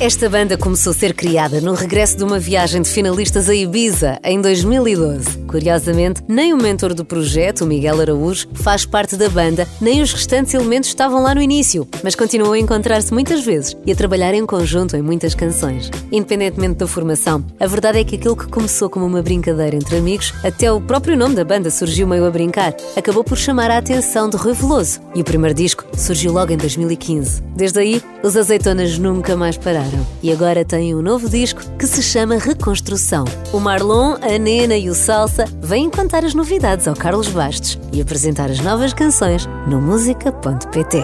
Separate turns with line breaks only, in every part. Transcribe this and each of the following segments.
Esta banda começou a ser criada no regresso de uma viagem de finalistas a Ibiza, em 2012. Curiosamente, nem o mentor do projeto, o Miguel Araújo, faz parte da banda, nem os restantes elementos estavam lá no início, mas continuam a encontrar-se muitas vezes e a trabalhar em conjunto em muitas canções. Independentemente da formação, a verdade é que aquilo que começou como uma brincadeira entre amigos, até o próprio nome da banda surgiu meio a brincar, acabou por chamar a atenção de Rui Veloso e o primeiro disco surgiu logo em 2015. Desde aí, os azeitonas nunca mais pararam e agora têm um novo disco que se chama Reconstrução. O Marlon, a Nena e o Salsa vêm contar as novidades ao Carlos Bastos e apresentar as novas canções no música.pt.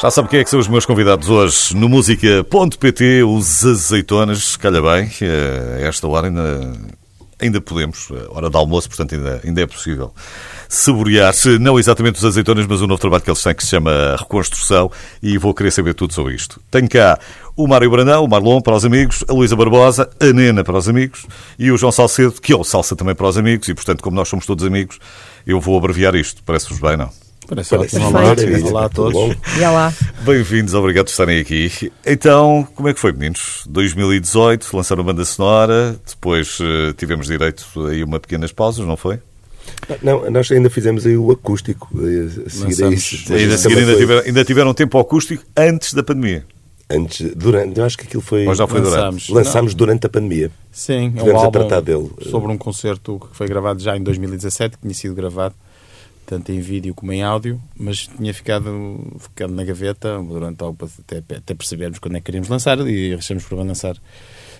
Já sabe quem é que são os meus convidados hoje no música.pt, os azeitonas, calha bem, eh, a esta hora ainda, ainda podemos, eh, hora de almoço, portanto ainda, ainda é possível saborear, eh, não exatamente os azeitonas, mas um novo trabalho que eles têm que se chama Reconstrução e vou querer saber tudo sobre isto. Tenho cá o Mário Brandão, o Marlon para os amigos, a Luísa Barbosa, a Nena para os amigos e o João Salcedo, que é o Salsa também para os amigos e portanto como nós somos todos amigos, eu vou abreviar isto, parece-vos bem, não?
Parece ótimo. Olá,
Perfeito.
olá a todos.
Tudo bom?
E é lá.
Bem-vindos, obrigado por estarem aqui. Então, como é que foi, meninos? 2018, lançaram a banda sonora, depois eh, tivemos direito aí uma pequenas pausas, não foi?
Não, nós ainda fizemos aí o acústico. eh, A seguir a
Lançamos.
isso.
Ainda, a seguir,
Também
ainda,
foi
tiveram, ainda tiveram tempo acústico antes da pandemia.
Antes, durante, eu acho que aquilo foi.
Ou já foi durante?
Lançámos.
Lançámos durante a pandemia.
Sim, é um
Tivemos a
álbum
tratar dele.
sobre um concerto que foi gravado já em 2017, que tinha sido gravado tanto em vídeo como em áudio, mas tinha ficado, ficado na gaveta durante a Opa, até, até percebermos quando é que queríamos lançar e achamos por bem lançar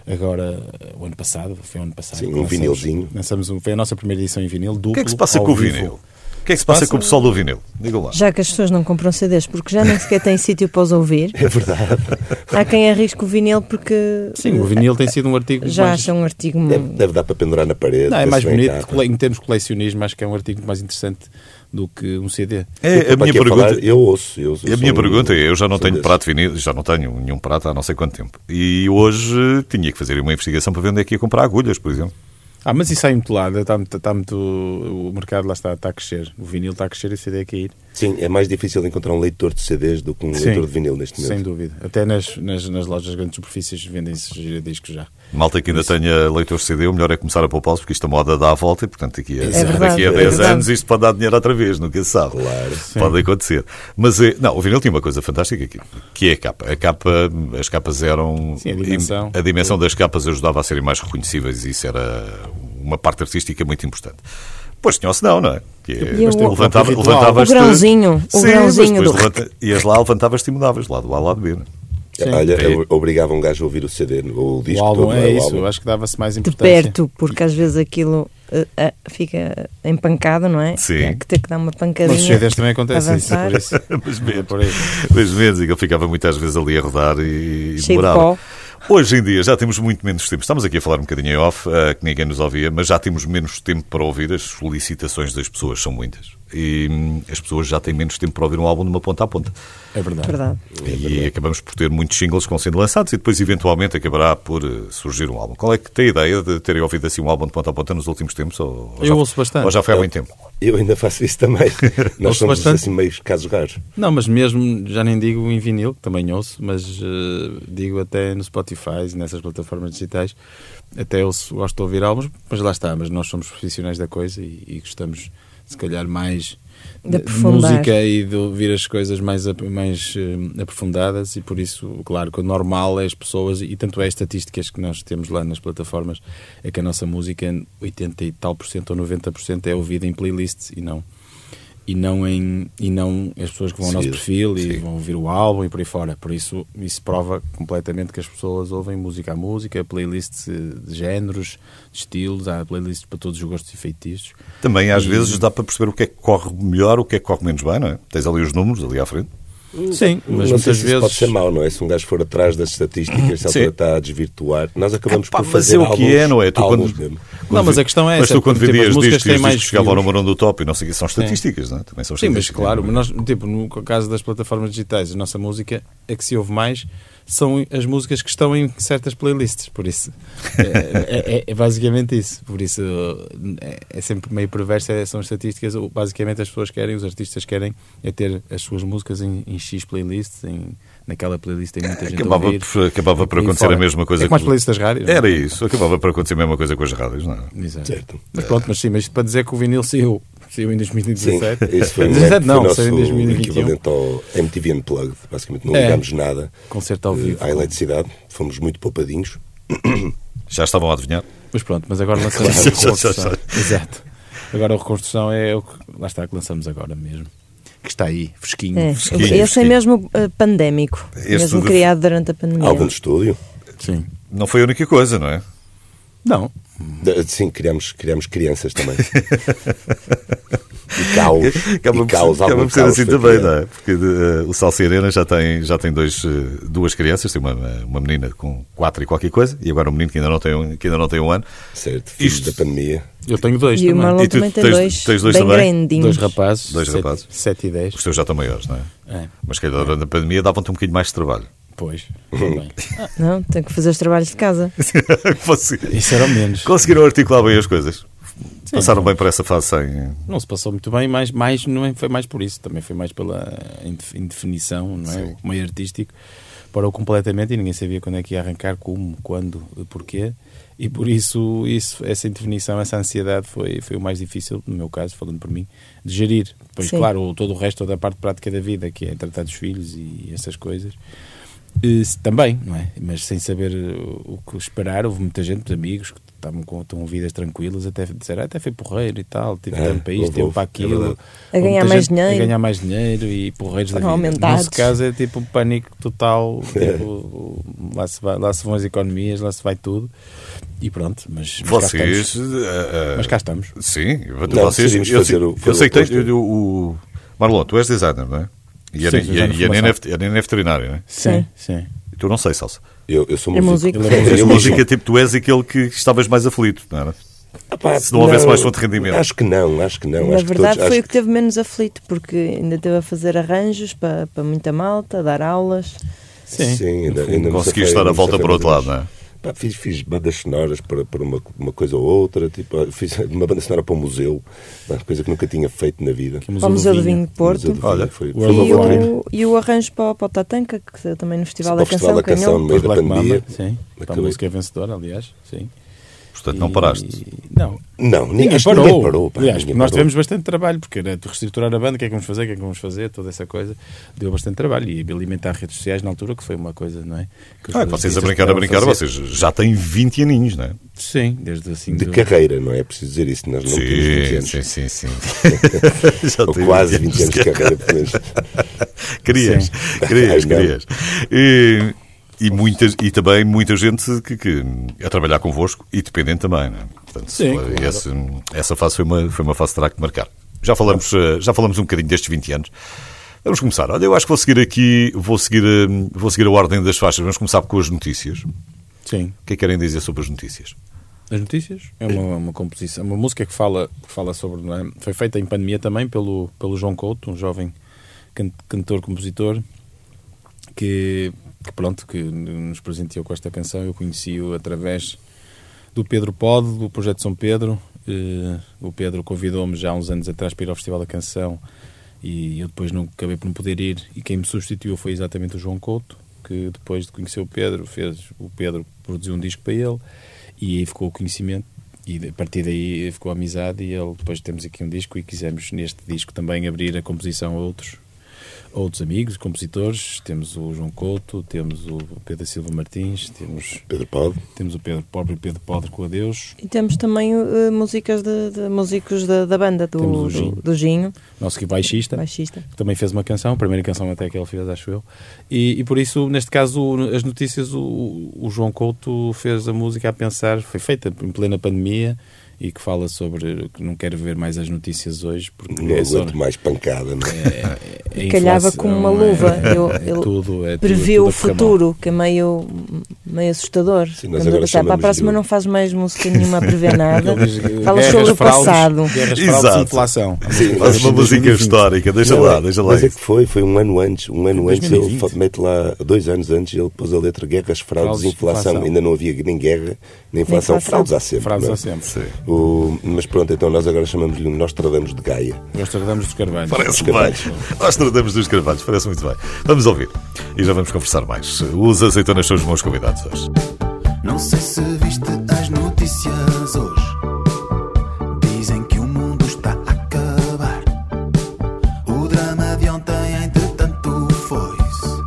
agora o ano passado, foi o ano passado.
Sim,
que
um
lançámos-
vinilzinho.
Lançámos um- foi a nossa primeira edição em vinil, duplo.
O que é que se passa
ao
com o
vivo.
vinil? O que é que se passa
Passa-
com o pessoal do vinil? Digam lá.
Já que as pessoas não compram CDs porque já nem sequer têm sítio para os ouvir,
É verdade.
há quem arrisque o vinil porque
Sim, o vinil tem sido um artigo
já
mais-
acha um artigo.
Deve, deve dar para pendurar na parede.
Não, é
ver-se
mais
bem a
bonito,
capa.
cole- em termos de colecionismo, acho que é um artigo mais interessante do que um CD.
É, a
Para
minha
aqui a falar,
pergunta...
eu ouço. Eu, ouço,
A
eu
minha
sou um-
pergunta é, eu já não
sou
tenho
desses.
prato vinil, já não tenho nenhum prato há não sei quanto tempo. E hoje eh, tinha que fazer uma investigação para ver onde é que ia comprar agulhas, por exemplo.
Ah, mas isso aí muito lado, está, muito- está muito. O mercado lá está, está a crescer. O vinil está a crescer e o CD a cair.
Sim, é mais difícil encontrar um leitor de CDs do que um leitor de vinil neste
Sem
momento.
dúvida. Até nas, nas, nas lojas de grandes superfícies vendem-se giradiscos já.
Malta que ainda tenha leitor CD, o melhor é começar a poupá-los, porque isto a moda dá a volta e, portanto, daqui a,
Exato.
daqui a
É
10
verdade, é verdade.
anos isto pode dar dinheiro outra vez, nunca se sabe.
Claro.
Pode acontecer. Mas, eh, não, o vinil tinha uma coisa fantástica aqui, que é a capa. A capa, as capas eram...
Sim, a dimensão.
a dimensão das capas ajudava a serem mais reconhecíveis e isso era uma parte artística muito importante. Pois tinha-se não, não é? Que é-
E o-
levantava,
o próprio
levantavas
ritual. O grãozinho, o
Sim,
grãozinho
mas depois
do-
levanta- Ias lá, levantavas-te e mudavas, lá do A, lá do B. não é?
Sim.
Olha,
É.
eu- obrigava um gajo a ouvir o CD, ou o disco
o álbum
todo, não
é
o
isso,
álbum.
eu acho que dava-se mais
de
importância.
perto, porque às vezes aquilo eh, eh, fica empancado, não é?
Sim.
É que ter que dar uma pancadinha.
Mas os CDs também acontece isso, é
né? avançar.
por
Mas
isso. É
mesmo.
por aí.
Dois meses e que ele ficava muitas vezes ali a rodar e
Cheio de
demorava.
pó.
Hoje em dia já temos muito menos tempo. Estamos aqui a falar um bocadinho em off, eh, que ninguém nos ouvia, mas já temos menos tempo para ouvir. As solicitações das pessoas são muitas. E hum, as pessoas já têm menos tempo para ouvir um álbum de uma ponta a ponta.
É verdade.
Verdade.
E acabamos por ter muitos singles que vão sendo lançados e depois, eventualmente, acabará por eh, surgir um álbum. Qual é que tem a ideia de terem ouvido assim um álbum de ponta a ponta nos últimos tempos? Ou, ou
Eu
já,
ouço bastante.
Ou já foi há muito tempo?
Eu ainda faço isso também. Nós
Ouço
somos
bastante.
assim meios casos raros.
Não, mas mesmo, já nem digo em vinil, que também ouço, mas eh, digo até no Spotify e nessas plataformas digitais. Até ouço, gosto de ouvir álbuns, mas lá está. Mas nós somos profissionais da coisa e, e gostamos, se calhar, mais
De
da
aprofundar.
música e de ouvir as coisas mais, ap- mais eh, aprofundadas. E por isso, claro, que o normal é as pessoas, e tanto é as estatísticas que nós temos lá nas plataformas, é que a nossa música, 80 e tal por cento ou 90 por cento, é ouvida em playlists e não e não em e não as pessoas que vão ao nosso
Sim,
perfil e
sim.
vão ouvir o álbum e por aí fora. Por isso, isso prova completamente que as pessoas ouvem música a música, playlists eh, de géneros, de estilos, há playlists para todos os gostos e feitiços.
Também, às vezes, dá para perceber o que é que corre melhor, o que é que corre menos bem, não é? Tens ali os números ali à frente.
Sim, mas
Hum. não sei
muitas
se isso pode
vezes
ser mau, não é? Se um gajo for atrás das estatísticas, se a altura
Sim.
está a desvirtuar, nós acabamos
Pá,
por
mas
fazer
é o que é, não é? Tu
álbuns
quando-
mesmo.
quando
Não, mas
vi-
a questão é
Mas
essa,
tu quando
porque, tipo,
vendias
as músicas
discos,
têm
e os
mais
discos chegavam ao
views.
número um do top e não sei o quê, são estatísticas, não é? Também são
Sim, mas
estatísticas.
claro, mas nós, tipo, no caso das plataformas digitais, a nossa música é que se ouve mais são as músicas que estão em certas playlists, por isso é, é- é basicamente isso. Por isso é, é sempre meio perverso, é- são as estatísticas. o- Basicamente as pessoas querem, os artistas querem, é ter as suas músicas em, em X playlists, em, naquela playlist tem muita gente a
Acabava
ouvir,
por, acabava por
e
acontecer
fora.
a mesma coisa
é como as
que-
playlists das rádios. não é?
Era isso, acabava por acontecer a mesma coisa com as rádios, não é?
Exato.
Certo.
Mas pronto, mas sim, mas isto para dizer que o vinil saiu, saiu em 2017.
Sim, isso foi, um
17
momento,
não,
foi
saiu em
o nosso
2021.
equivalente ao MTV Unplugged. Basicamente não
É.
ligámos nada
Concerto ao
eh,
vivo.
à eletricidade. Fomos muito poupadinhos.
Já estavam a adivinhar?
Mas pronto, mas agora lançamos a
Claro, já, já,
reconstrução. Exato. Agora a reconstrução é o que lá está que lançamos agora mesmo. Que está aí, fresquinho.
É.
Fresquinho,
Esse é
fresquinho.
mesmo eh, pandémico,
Este
mesmo
de-
criado durante a
É.
pandemia.
Álbum de estúdio.
Sim.
Não foi a única coisa, não é?
Não.
Da- Sim, criámos, criámos crianças também. e caos.
Acaba
e
por,
caos,
acaba
álbum
por ser
caos
assim
foi
também, não
criado.
é? Porque eh, o Salsa Arena já tem, já tem dois, eh, duas crianças, tem uma, eh, uma menina com quatro e qualquer coisa, e agora um menino que ainda não tem um, que ainda não tem um ano.
Certo, filhos
Isto-
da pandemia.
Eu tenho dois
E o
também.
Marlon
E tu
também tem
tens-
dois,
tens dois
bem
também?
grandinhos.
Dois rapazes.
Dois
sete-
rapazes.
Sete e dez.
Os teus já estão maiores, não é?
É.
Mas se calhar durante a pandemia davam-te um bocadinho mais de trabalho.
Pois. tá também.
Não, tem que fazer os trabalhos de casa.
Que fosse-
Isso era o menos.
Conseguiram articular bem as coisas. Passaram bem por essa fase sem.
Não se passou muito bem, mas mais não é- foi mais por isso, também foi mais pela indef- indefinição, não é? O meio artístico parou completamente e ninguém sabia quando é que ia arrancar, como, quando, porquê. E por isso, isso essa indefinição, essa ansiedade foi, foi o mais difícil, no meu caso, falando por mim, de gerir. Pois,
Sim.
claro, o- todo o resto, toda a parte prática da vida, que é tratar dos filhos e essas coisas. Eh, se- Também, não é? Mas sem saber eh, o o que esperar, houve muita gente, muitos amigos que estavam com estão vidas tranquilas, até disseram, "Ah, até foi porreiro e tal, tive
É,
tempo para isto,
houve,
tempo para
houve, é
aquilo.
verdade.
A ganhar
Muita
mais
gente
dinheiro.
A ganhar mais dinheiro e porreiros da
Foram
vida. No
aumentados.
nosso caso é tipo um pânico total,
É.
tipo, lá, se vai- lá se vão as economias, lá se vai tudo. E pronto, mas, mas cá
Vocês.
estamos.
eh, eh,
Mas cá estamos.
Sim,
Não,
vocês.
decidimos
Eu, sei-
fazer o-
eu sei que
fazer o
tens. O, o- Marlon, tu és designer, não é? E a,
Sim,
e a-
designer de
e a Nena é
formação.
vet- a Nena é veterinária, não é?
Sim, sim.
Tu não sei, Salsa.
Eu, eu sou
É
músico.
músico. Ele
Mas
Eu
música, tipo, tu és aquele que estavas mais aflito, não era?
Ah, pá,
se não houvesse mais fonte de rendimento.
Acho que não, acho que não.
Na
acho
verdade,
que todos,
foi o que
acho
teve menos aflito, porque ainda teve a fazer arranjos para, para muita malta, dar aulas.
Sim.
ainda, ainda me
Conseguiste
safei-
dar a
ainda me
volta
safei
para o outro
mais
lado, não é?
Pá, fiz, fiz bandas sonoras para, para uma, uma coisa ou outra, tipo, ah, fiz uma banda sonora para um museu, uma coisa que nunca tinha feito na vida.
Vamos
Para o Museu do Vinho de
Museu
Porto.
do Vinho,
Olha,
foi, foi uma
E
boa
Olha.
o, e o arranjo para, o- para o Tatanca, que também no Festival
Para
da
o
Canção
Festival da Canção, no
ganhou.
meio da
Black Mamba,
pandemia.
sim. Para a
Acabei-
música é vencedora, aliás. Sim.
Portanto, não
E-
paraste.
Não.
Não, ninguém,
Ninguém
acho que
parou.
ninguém parou. pá,
Aliás,
ninguém
nós
parou.
tivemos bastante trabalho, porque era de reestruturar a banda, o que é que vamos fazer, o que é que vamos fazer, toda essa coisa. Deu bastante trabalho. E alimentar redes sociais na altura, que foi uma coisa, não é? Que os
Ah, vocês a
artistas
brincar, a
puderam
brincar,
fazer.
vocês já têm 20 aninhos, não é?
Sim, desde assim.
De
do-
carreira, não é? É preciso dizer isso. Nós não temos 20 anos.
sim, sim, sim. já
Ou
tenho
quase 20 anos de carreira, pelo menos.
Querias, querias,
Ai, não.
querias. E, e, muitas, e também muita gente que, que a trabalhar convosco e dependente também. Não é? Portanto,
Sim,
foi-
claro.
esse- essa fase foi uma, foi uma fase que terá que marcar. Já falamos, eh, já falamos um bocadinho destes 20 anos. Vamos começar. Olha, eu acho que vou seguir aqui, vou seguir, eh, vou seguir a ordem das faixas. Vamos começar com as notícias. O
Sim.
que é que querem dizer sobre as notícias?
As notícias? É uma, uma composição, uma música que fala, que fala sobre. não é? Foi feita em pandemia também pelo, pelo João Couto, um jovem can- cantor, compositor, que, que pronto, que nos presenteou com esta canção. Eu conheci-o através do Pedro Pod, do Projeto São Pedro. Eh, o Pedro convidou-me já há uns anos atrás para ir ao Festival da Canção e eu depois não acabei por não poder ir. E quem me substituiu foi exatamente o João Couto, que depois de conhecer o Pedro, fez o Pedro produziu um disco para ele e aí ficou o conhecimento. E a partir daí ficou a amizade e ele depois temos aqui um disco e quisemos neste disco também abrir a composição a outros outros amigos, compositores, temos o João Couto, temos o Pedro Silva Martins, temos
Pedro Paulo.
temos o Pedro, próprio Pedro Podre com Adeus,
E temos também eh, músicas de, de- músicos da, da banda, do,
Temos o
do,
Ginho.
do Ginho,
nosso que baixista,
baixista.
que também fez uma canção, a primeira canção até que ele fez, acho eu. E, e por isso, neste caso, o- as notícias, o, o João Couto fez a música a pensar, foi feita em plena pandemia e que fala sobre que não quero ver mais as notícias hoje porque
Não
é só-
aguento mais pancada, não é?
é- é
E calhava
inflação,
com uma
é-
luva.
é-
Eu-
é
ele
tudo, é tudo-
Prevê
tudo
o
a correr mal.
futuro, que é meio meio assustador.
Sim,
Estamos
nós
a
agora
pensar, para a
chamamos
próxima
de-
não fazes mais música nenhuma a prever nada,
Eles,
falas
guerras,
sobre o
fraudes,
passado.
Guerras,
Exato.
fraudes, e inflação.
Sim,
Faz uma música
Em 2020.
histórica, deixa
Não,
lá,
é-
deixa lá
mas é
isso.
que foi, foi um ano antes, um ano antes ele
2020.
fa- mete lá, dois anos antes ele pôs a letra guerras, fraudes,
Fraudes,
inflação.
inflação.
Ainda não havia nem guerra, nem inflação,
inflação.
fraudes há sempre.
Fraudes
não é?
há sempre.
Sim.
O- mas pronto, então nós agora chamamos-lhe um Nostradamus de Gaia.
Nós tratamos dos carvalhos.
Parece bem. é? Nós tratamos dos carvalhos, parece muito bem. Vamos ouvir e já vamos conversar mais. Os azeitonas são os meus convidados hoje.
Não sei se viste as notícias hoje. Dizem que o mundo está a acabar. O drama de ontem, entretanto, foi-se.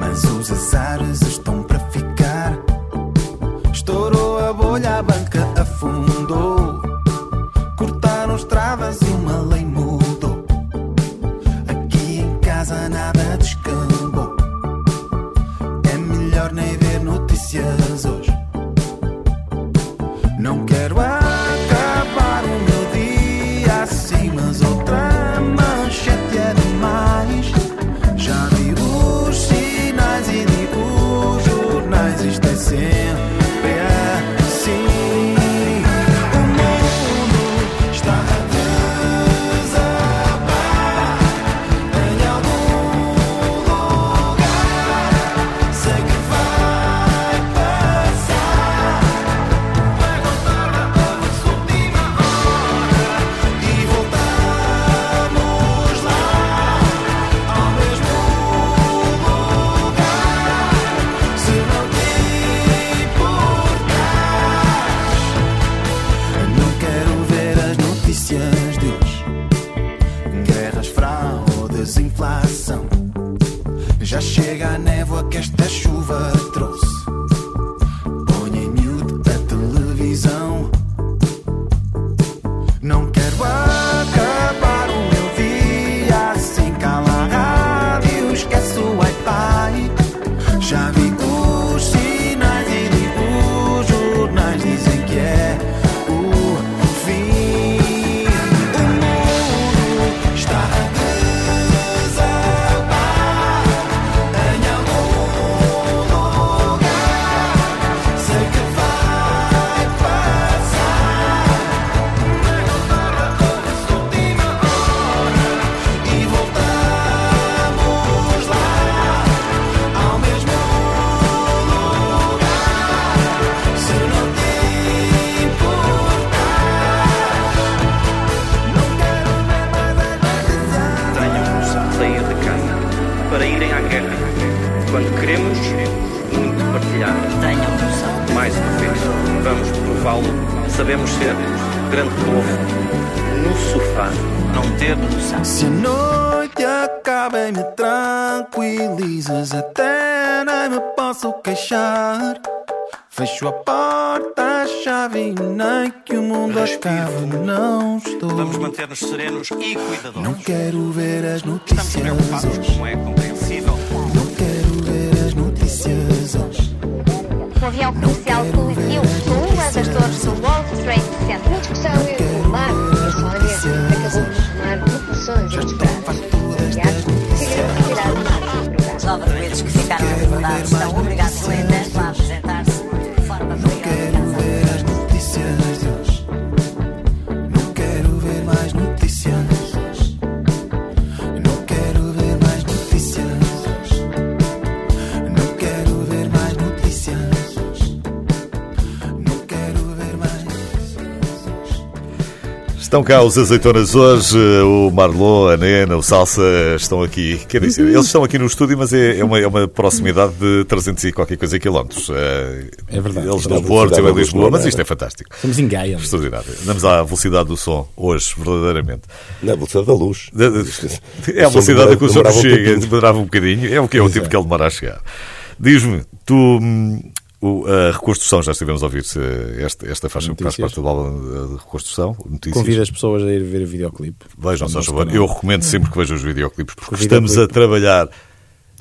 Mas os azares estão para ficar. Estourou a bolha, a banca afundou. Cortaram estradas e uma lei mudou. Aqui em casa nada descambou. É melhor nem ver notícias hoje. Não quero acabar o meu dia assim, mas outra manchete é demais. Já vi os sinais e digo os jornais, isto é sempre assim. O mundo está a desabar em algum lugar. Sei que vai passar. Vai voltar para a última hora e voltamos lá ao mesmo lugar. Se não te importares, não quero ver as notícias de hoje: guerras, fraudes, inflação. Já chega a névoa que esta chuva trouxe. Põe em mute a televisão. Não quero acabar o meu dia assim. Cala a rádio, esquece o Wi-Fi. Já vi os sinais e digo os jornais. Dizem que é o fim. O mundo está a desabar em algum lugar. Sei que vai passar. Vai voltar a toda última hora e voltamos lá ao mesmo lugar. Se não te importar, não quero ver mais nada.
tenham-nos a sair de casa para irem à guerra quando queremos muito partilhar. Tenham-nos Mais uma vez, vamos prová-lo. Sabemos ser grande povo no sofá. Não ter noção.
Se a noite acaba e me tranquilizas Até nem me posso queixar Fecho a porta, a chave e nem que o mundo acabe Não estou,
Vamos manter-nos serenos e cuidadosos.
não quero ver as
Estamos
notícias
preocupados,
hoje
como é compreensível.
Não quero ver as notícias hoje
O um avião comercial colidiu com uma das torres do World Trade Center. A discussão entre o mar e a Sónia acabou por tomar proporções inesperadas. Aliás, decidiram retirar o mar do programa.
Nova doentes que ficaram na faculdade estão obrigados a a apresentar-se de forma
Não quero
periódica.
ver as notícias de hoje. Não quero ver mais notícias. Não quero ver mais notícias. Não quero ver mais notícias. Não quero ver mais notícias.
Estão cá os azeitonas hoje, o Marlon, a Nena, o Salsa estão aqui. Quer dizer, eles estão aqui no estúdio, mas é, é uma, é uma proximidade de 300 e qualquer coisa quilómetros. Eh,
É verdade.
Eles
Estamos
no
a
Porto, eu
velocidade
em Lisboa,
da luz,
mas
não é?
isto é fantástico.
Estamos em Gaia. né?
Extraordinário. Andamos à velocidade do som hoje, verdadeiramente.
Na velocidade da luz.
Da- da- É a velocidade a que o senhor
Demorava um
chega,
pouquinho.
demorava um bocadinho, é o que é o tempo que ele demora a chegar. Diz-me, tu. hum, o- a reconstrução, já estivemos a ouvir eh, esta, esta faixa que faz
Notícias.
parte do álbum eh, de reconstrução, notícias.
Convido as pessoas a ir ver o videoclipe.
Vejam,
No
só
nosso
favor.
canal.
Eu recomendo sempre que vejam os videoclipes, porque
Porque o
estamos a
videoclipe-
trabalhar.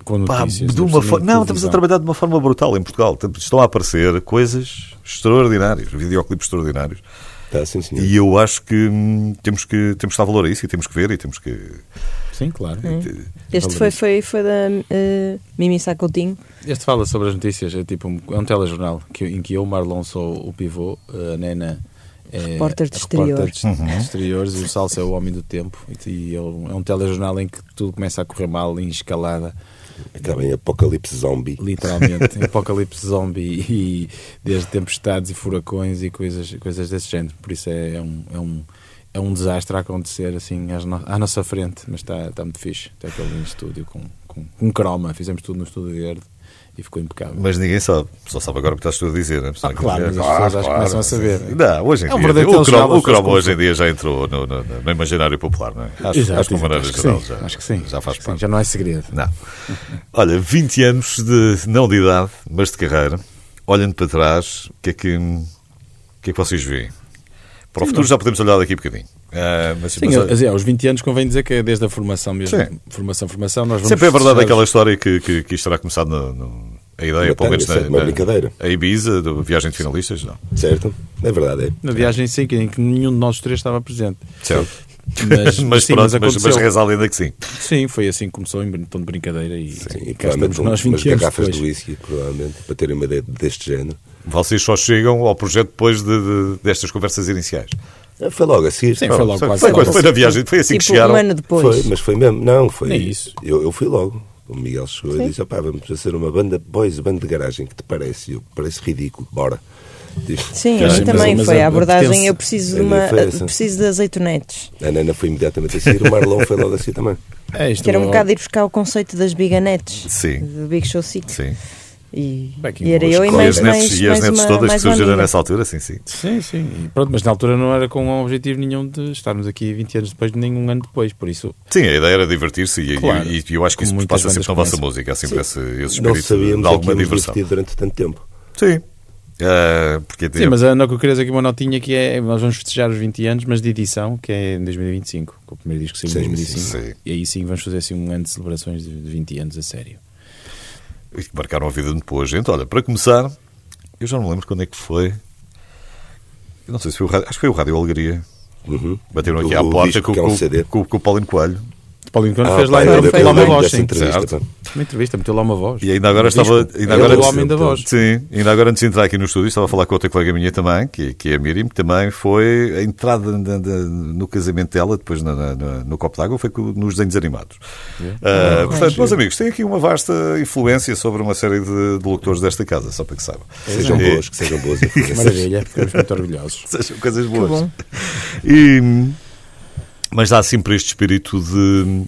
Com
Pá,
notícias.
de uma
precisamente
fo- Não, estamos a
televisão.
trabalhar de uma forma brutal em Portugal. Estamos- Estão a aparecer coisas extraordinárias, videoclipes extraordinários.
Tá, sim, senhor.
E eu acho que hum, temos que temos que dar valor a isso e temos que ver e temos que
Sim, claro.
É. Este foi, foi, foi da eh, Mimi Sacoutinho.
Este fala sobre as notícias, é tipo um, é um telejornal que, em que eu, Marlon, sou o pivô, a Nena é
Repórter de
a
exterior.
repórter de- de exteriores e o Salsa é o homem do tempo. E, e é, um, é um telejornal em que tudo começa a correr mal em escalada,
Acaba em apocalipse zombie.
literalmente. em apocalipse zombie e desde tempestades e furacões e coisas, coisas desse género. Por isso é, é um. É um é um desastre a acontecer assim às no- à nossa frente, mas está está muito fixe. Está aquele estúdio com, com, com croma, fizemos tudo no estúdio verde e ficou impecável.
Mas ninguém sabe, só sabe agora o que estás tu a dizer. né? Pessoal,
Ah, claro,
quer
mas
dizer,
as pessoas acho que começam a saber.
Não, hoje em
É um
dia.
verdadeiro
O
telejornal,
Cromo,
as
o Cromo
pessoas
hoje em dia já entrou no, no- no imaginário popular, não é? Acho,
Exato,
acho que de uma maneira
exato.
geral
Acho que sim,
já,
acho que sim.
já faz
Sim,
parte.
já não é segredo.
Não. Olha, 20 anos de, não de idade, mas de carreira. Olhando para trás, o que é que, o que, é que vocês veem? Para o futuro já podemos olhar daqui um bocadinho. Ah, mas-
Sim,
mas-
eu- assim, aos 20 anos convém dizer que é desde a formação mesmo.
Sim.
Formação, formação, nós vamos
Sempre é verdade
precisar-
aquela história que, que, que isto terá começado no, no- a ideia,
Uma
pelo menos na,
tanga, certo, uma
na-
brincadeira.
a Ibiza, do Viagem de Finalistas, não.
Certo? É verdade, é.
Na viagem sim, que- em que nenhum de nós três estava presente.
Certo.
Mas,
Mas,
sim,
pronto, mas,
aconteceu.
mas reza a lenda que sim.
Sim, foi assim que começou, em tom de brincadeira. E, e
E
cá estamos
provavelmente um,
nós
umas
20 anos
garrafas
depois.
de whisky, provavelmente, para terem uma ideia deste género.
Vocês só chegam ao projeto depois de, de- destas conversas iniciais.
Ah, Foi logo a seguir.
Sim, foi logo
Foi,
quase.
foi,
quase.
quando- foi na viagem, foi assim que
Tipo,
chegaram.
um ano depois.
Foi, mas foi mesmo. Não, foi.
Nem isso.
Eu, eu fui logo. O Miguel chegou e disse: opá, vamos fazer uma banda boys, banda de garagem, que te parece? E Eu, parece ridículo, bora. Disse,
Sim,
Sim,
a mim
mas-
é
também
mas
foi.
a-
A
a
abordagem,
pertence-
eu preciso de
a
uma.
diferença.
Preciso de azeitonetes.
A Nana foi imediatamente a seguir, o Marlon foi logo a seguir também.
É, isto
Que era um
é-
bocado ir buscar o conceito das biganetes.
Sim.
Do Big Show City.
Sim.
E,
Bem, que
e era eu e
E
e
mais,
as netos,
mais,
e as
mais
netos
uma,
todas que
mais uma
surgiram
amiga.
nessa altura, sim, sim.
Sim, sim. E pronto, mas na altura não era com um objetivo nenhum de estarmos aqui 20 anos depois, nem um ano depois. Por isso,
Sim, a ideia era divertir-se e, e-
Claro.
e, eu acho que
Como
isso
muitas
passa
bandas
sempre na vossa
começam.
música, há sempre esse, esse
Não
espírito de
sabíamos é que
alguma
íamos
diversão.
divertir durante tanto tempo.
Sim. Ah, porque
Sim, mas a, não, que eu queria dizer aqui uma notinha que é nós vamos festejar os 20 anos, mas de edição, que é em 2025, com o primeiro disco que saiu em
Sim,
2025.
sim, sim.
E aí sim vamos fazer assim um ano de celebrações de de 20 anos a sério.
E que marcaram a vida de boa gente. Olha, para começar, eu já não me lembro quando é que foi. Eu não sei se foi o rádio, acho que foi o Rádio Alegria.
Uhum.
Bateram
O-
aqui à
o
porta
disco
com,
que é um
com-
CD.
com- com o Paulino Coelho.
O Paulinho Conde
Ah,
fez lá
pá, eu
em
lembro-
fez
eu
lá uma
lembro
voz,
dessa
sim.
entrevista,
Certo.
pá.
Uma entrevista, meteu lá uma voz. Um
E ainda agora
Disco.
estava. Ainda agora
Ele é o homem da voz.
Sim, ainda agora antes de entrar aqui no estúdio, estava a falar com outra colega minha também, que, que é a Miriam, que também foi a entrada na- na- no casamento dela, depois na- na- na- no copo d'água, foi com- nos desenhos animados.
É.
Ah, portanto, meus amigos, tem aqui uma vasta influência sobre uma série de, de locutores desta casa, só para que
É.
saibam.
Sejam
E-
boas, que sejam boas. influências.
Maravilha, ficamos muito orgulhosos.
Sejam coisas boas. E- mas há sempre este espírito de,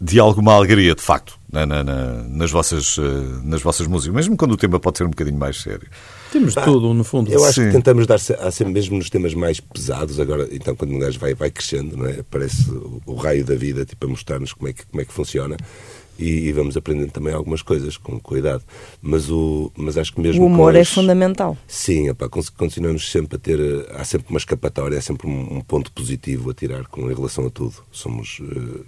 de alguma alegria, de facto, na- na- na- nas, vossas, eh, nas vossas músicas, mesmo quando o tema pode ser um bocadinho mais sério.
Temos tudo, no fundo.
Eu acho
Sim.
que tentamos dar se- há sempre mesmo nos temas mais pesados agora, então quando um gajo vai, vai crescendo, não é? Aparece o, o raio da vida, tipo, a mostrar-nos como é que, como é que funciona e, e vamos aprendendo também algumas coisas com cuidado. Mas, o, mas acho que mesmo
O humor
com
é
as-
fundamental.
Sim, epá, con- continuamos sempre a ter. eh, Há sempre uma escapatória, há sempre um, um ponto positivo a tirar com, em relação a tudo. Somos. eh,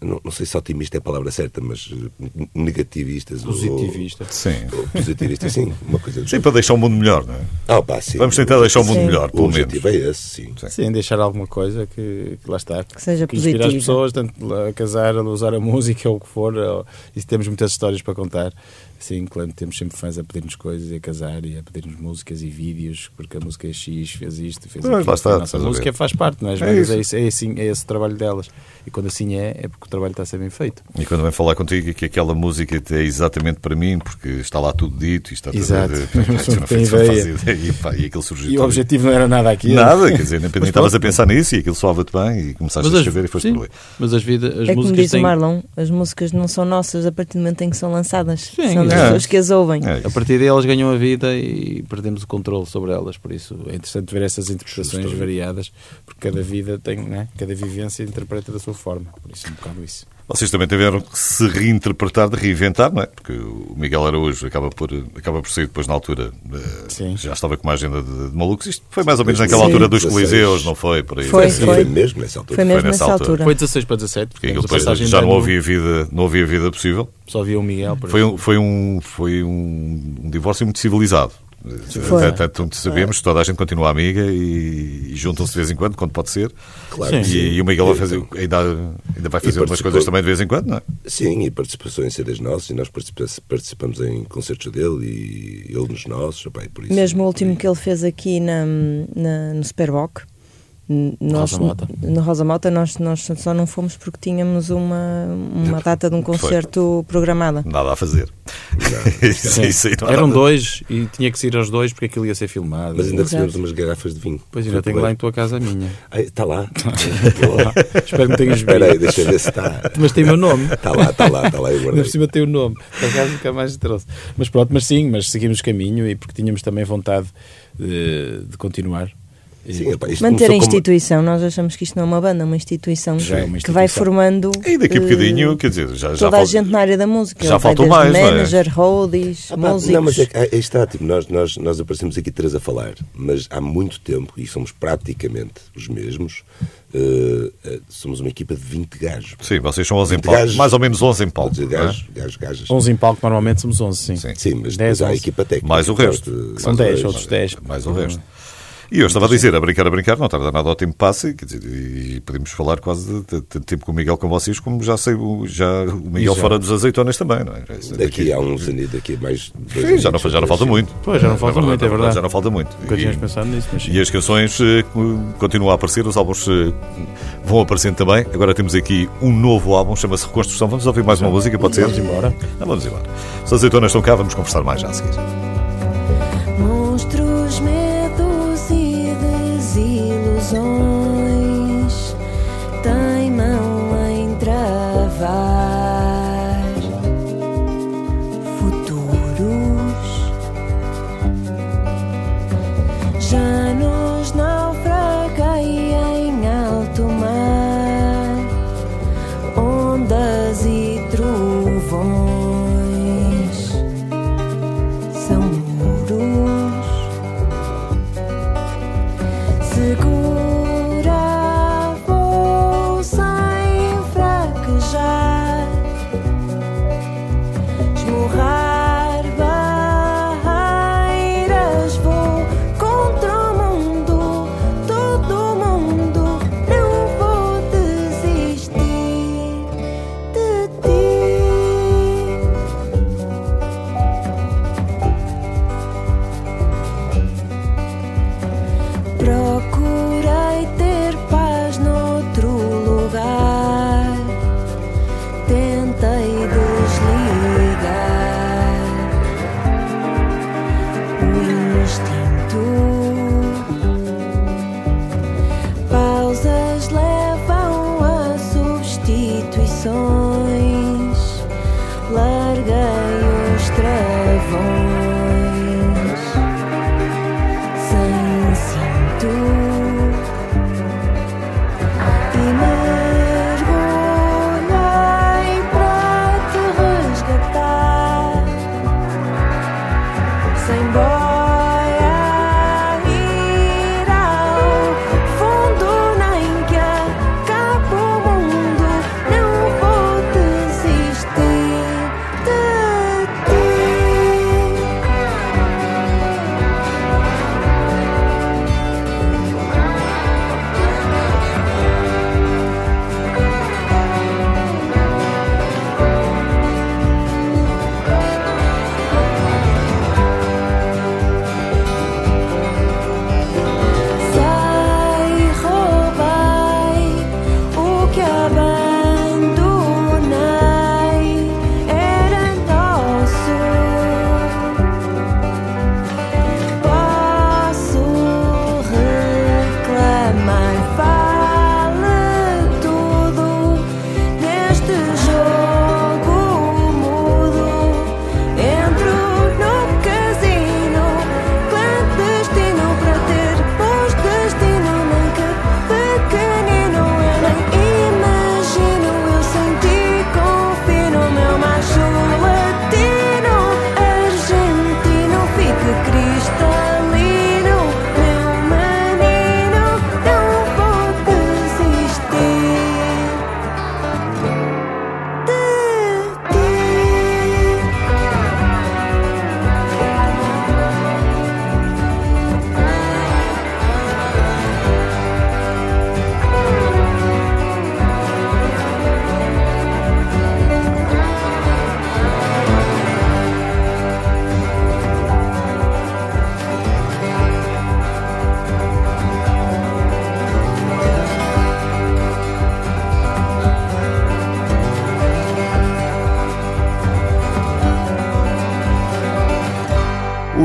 não, não sei se otimista é a palavra certa, mas eh, n- negativistas. ou-
Positivista.
Sim.
Ou, positivista, sim. Uma coisa do
Sim, para deixar o mundo melhor, não é?
Ah, pá, sim.
Vamos tentar deixar o mundo
Sim.
melhor,
O
pelo menos.
objetivo é esse, sim.
Sim, deixar alguma coisa que, que lá está. Que
seja
inspire as
positiva.
pessoas, tanto a casar, a usar a música ou o que for. Ou, e temos muitas histórias para contar. Sim, claro, temos sempre fãs a pedir-nos coisas e a casar e a pedir-nos músicas e vídeos, porque a música é X fez isto, fez
Mas lá
aquilo.
está,
a nossa
estás a
música
ver.
faz parte, não é? As
É
bandas
isso.
é, isso, é, assim, é esse o trabalho delas. E quando assim é, é porque o trabalho está a ser bem feito.
E quando vem falar contigo que aquela música é exatamente para mim, porque está lá tudo dito e está tudo.
Exato.
Eu não
Tem
faço
ideia.
ideia. E, pá, e aquilo surgiu.
E o
tudo.
objetivo não era nada aqui.
Nada, quer dizer, nem nem
Mas
estavas a
pronto.
pensar nisso e aquilo soava-te bem e começaste a escrever e foste
sim,
por ali.
Mas as, vida, as
é como
músicas
diz
têm.
o Marlon, as músicas não são nossas a partir do momento em que são lançadas.
Sim,
são das
é.
pessoas que as ouvem.
É
A
isso.
partir delas ganham a vida e perdemos o controle sobre elas, por isso é interessante ver essas interpretações variadas, porque cada vida tem, né? cada vivência interpreta da sua forma, por isso é um bocado isso.
Vocês também tiveram que se reinterpretar, de reinventar, não é? Porque o Miguel Araújo acaba por, acaba por sair depois na altura. eh,
Sim.
Já estava com uma agenda de, de malucos. Isto foi mais ou menos naquela
Sim.
altura dos
16.
Coliseus, não foi? Por aí.
Foi,
Sim.
Sim,
foi.
foi mesmo nessa altura.
Foi mesmo
nessa
nessa
altura.
altura.
Foi 16 para 17, porque
Porque aquilo
tivemos a
depois
passagem
já
de
não
ano,
havia, vida, não havia vida possível.
um-
Só havia o Miguel, por
Foi
exemplo.
um, foi um, foi um, um divórcio muito civilizado.
Foi.
Tanto- Tanto sabemos, toda a gente continua amiga e, e juntam-se de vez em quando, quando pode ser.
Claro que
E,
sim.
e o Miguel vai fazer, ainda, ainda vai fazer umas
participou.
coisas também de vez em quando, não é?
Sim, e participação em cenas nossas, e nós participa- participamos em concertos dele e ele nos nossos, opá, e por isso.
Mesmo o último que ele fez aqui na, na- no Superboc, n- nós,
Rosa Mota.
no Rosa Mota, nós, nós só não fomos porque tínhamos uma, uma data de um concerto programada.
Nada a fazer. Sim, sim, não há
Eram
nada.
dois e tinha que sair aos dois porque aquilo ia ser filmado.
Ah, tá. Mas ainda
Exato.
recebemos umas garrafas de vinho. Ah,
Pois ainda tenho lá em tua casa a minha.
Está lá.
Espero que me tenhas
Espera aí,
bebido.
deixa eu ver se está.
Mas tem meu nome.
Está lá, está lá, está lá. Eu
Ainda
guardei.
por cima tem o nome. Por acaso nunca mais trouxe. Mas pronto, mas sim, mas seguimos caminho e porque tínhamos também vontade eh, de, continuar. E-
Sim, opá, isto
Manter a
começou como-
instituição, nós achamos que isto não é uma banda, é uma instituição,
Já é uma
que vai
instituição.
formando
E daqui a
eh,
bocadinho, quer dizer, já, já
toda a
fal-
gente na área da música.
já
Ele vai
faltou
desde
mais, não é?
Manager, roadies,
Ah, pá,
músicos.
Não, mas é, que- é, é está, tipo, nós, nós, nós aparecemos aqui três a falar, mas há muito tempo, e somos praticamente os mesmos, eh, eh, somos uma equipa de 20 gajos.
Sim, vocês são 11 em
De
palco.
gajos.
Mais ou menos 11 em palco.
Pode dizer
não é?
gajos, gajos, gajas.
11 em palco, normalmente somos 11, sim.
Sim.
Sim, mas
Dez,
depois há a
onze.
equipa técnica.
Mais o resto,
portanto,
que são
mais um o
10,
resto.
outros 10.
Mais o
Hum.
resto. E eu estava a dizer, a brincar, a brincar, não tarda nada ao tempo passa, quer dizer, e podemos falar quase de- de- tanto tempo com o Miguel com vocês, como já sei o, já, o Miguel
E já.
fora dos azeitonas também, não é?
Daqui há uns anos, daqui a mais dois
Sim, já não,
anos,
já não falta
assim.
muito.
Pois, já não
Na
falta muito, é verdade.
Já não falta muito.
Nunca tínhamos
um.
E-
pensado nisso, mas sim.
E as canções eh, continuam a aparecer, os álbuns eh, vão aparecendo também. Agora temos aqui um novo álbum, chama-se Reconstrução. Vamos ouvir mais uma música, pode ser? Vamos
embora.
vamos embora. As azeitonas estão cá, vamos conversar mais já a seguir.
Monstros, medos e desilusões teimam em travar futuros. Já nos naufraguei em alto mar, ondas e trovões são muros. Segura vou sem fraquejar, esmurrar barreiras. Vou contra o mundo, todo mundo. Não vou desistir de ti. Procurei ter paz noutro lugar. Tentei desligar o instinto. Pausas levam a substituições. Larguei os travões sem cinto e mergulhei para te resgatar sem boia ir ao fundo nem que acabe o mundo não vou desistir de ti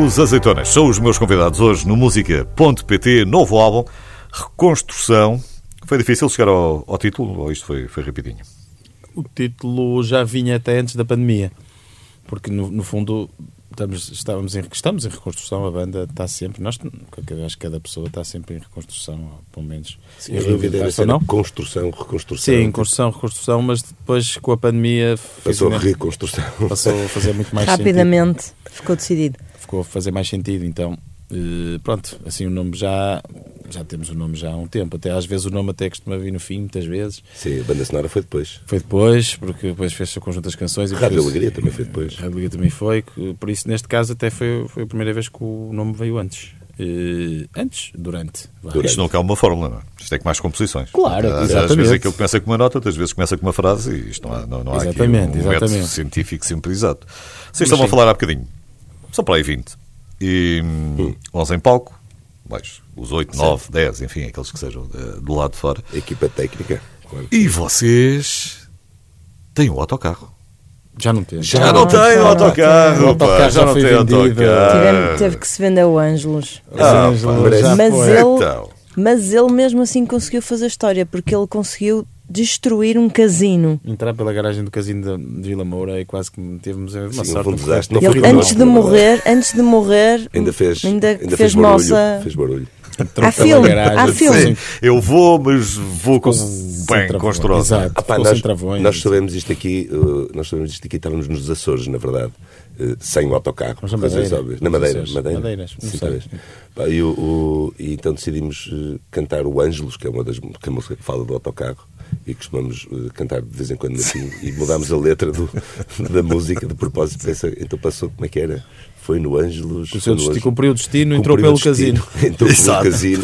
Os Azeitonas são os meus convidados hoje no Música.pt, novo álbum, Reconstrução. Foi difícil chegar ao, ao título ou isto foi, foi rapidinho?
O título já vinha até antes da pandemia, porque no, no fundo estamos, estávamos em, estamos em reconstrução, a banda está sempre, nós, eu acho que cada pessoa está sempre em reconstrução, ou pelo menos
Sim,
em
a dúvida era
reabilitação,
ser
é não?
construção, reconstrução.
Sim, construção, reconstrução, mas depois com a pandemia fiz
Passou
uma-
a reconstrução.
passou a fazer muito mais
Rapidamente ficou decidido.
sentido. Ficou a fazer mais sentido, então eh, pronto, assim o nome já já temos o nome já há um tempo, até às vezes o nome até costuma vir no fim, muitas vezes.
Sim, a banda sonora foi depois.
Foi depois, porque depois fez o conjunto das canções. E
Rádio
depois-
Alegria também foi depois.
Rádio Alegria também foi. que- Por isso, neste caso, até foi, foi a primeira vez que o nome veio antes. Eh, antes? Durante. vá.
Durante.
Isto não há uma fórmula, não é? Isto é que mais composições.
Claro,
Às, às
exatamente.
vezes aquilo começa com uma nota, outras vezes começa com uma frase e isto não há, não, não há aqui um
Exatamente,
método
exatamente.
científico sempre exato. Vocês estavam a
sim.
falar há bocadinho, são para aí 20. E hum, 11 em palco, mais os 8, 9, 10, enfim, aqueles que sejam eh, do lado de fora.
A equipa técnica. claro.
E vocês têm um autocarro.
Já não temos.
Já não tem
já não
autocarro,
tem.
pá,
Autocarro
já
já
não
foi
tem
vendido.
Tivemos-
autocarro.
teve que se vender o Ângelos.
Ah,
Os
pá,
Angelos já
Mas
foi.
ele-
Então,
Mas ele mesmo assim conseguiu fazer história, porque ele conseguiu destruir um casino.
Entrar pela garagem do casino da- de Vila Moura e quase que tivemos uma
Sim,
sorte.
houve um
no correio.
desastre. Não
Ele,
foi Horrível,
antes de
horrível.
morrer, antes de morrer,
Hum.
Ainda fez,
ainda
ainda
fez
barulho.
nossa-
Fez barulho.
Entrou
Há
pela
filme,
garagem,
há
sim.
filme.
eu vou, mas vou com
Sem
bem
travões.
construído.
Exato.
Ah, pá,
Ficou
nós,
sem travões. assim.
nós sabemos isto aqui, uh, nós sabemos isto aqui, estávamos nos Açores, na verdade, uh, sem o autocarro,
Mas na
coisas
Madeira,
óbvias. Na
nos
Madeira,
Açores.
Madeira.
Madeiras, não
Sim,
sei.
talvez. Pá, e, o- o- e então decidimos uh, cantar o Ângelos, que é uma das que a música que fala do autocarro, e costumamos uh, cantar de vez em quando no fim, e mudámos a letra do- da música de propósito. Pensa, então passou, como é que era? Foi no Ângelos.
O seu
foi no
destino,
Ângelos.
cumpriu o destino, entrou
Cumpriu
pelo
o destino,
casino.
Entrou pelo
Exato.
casino.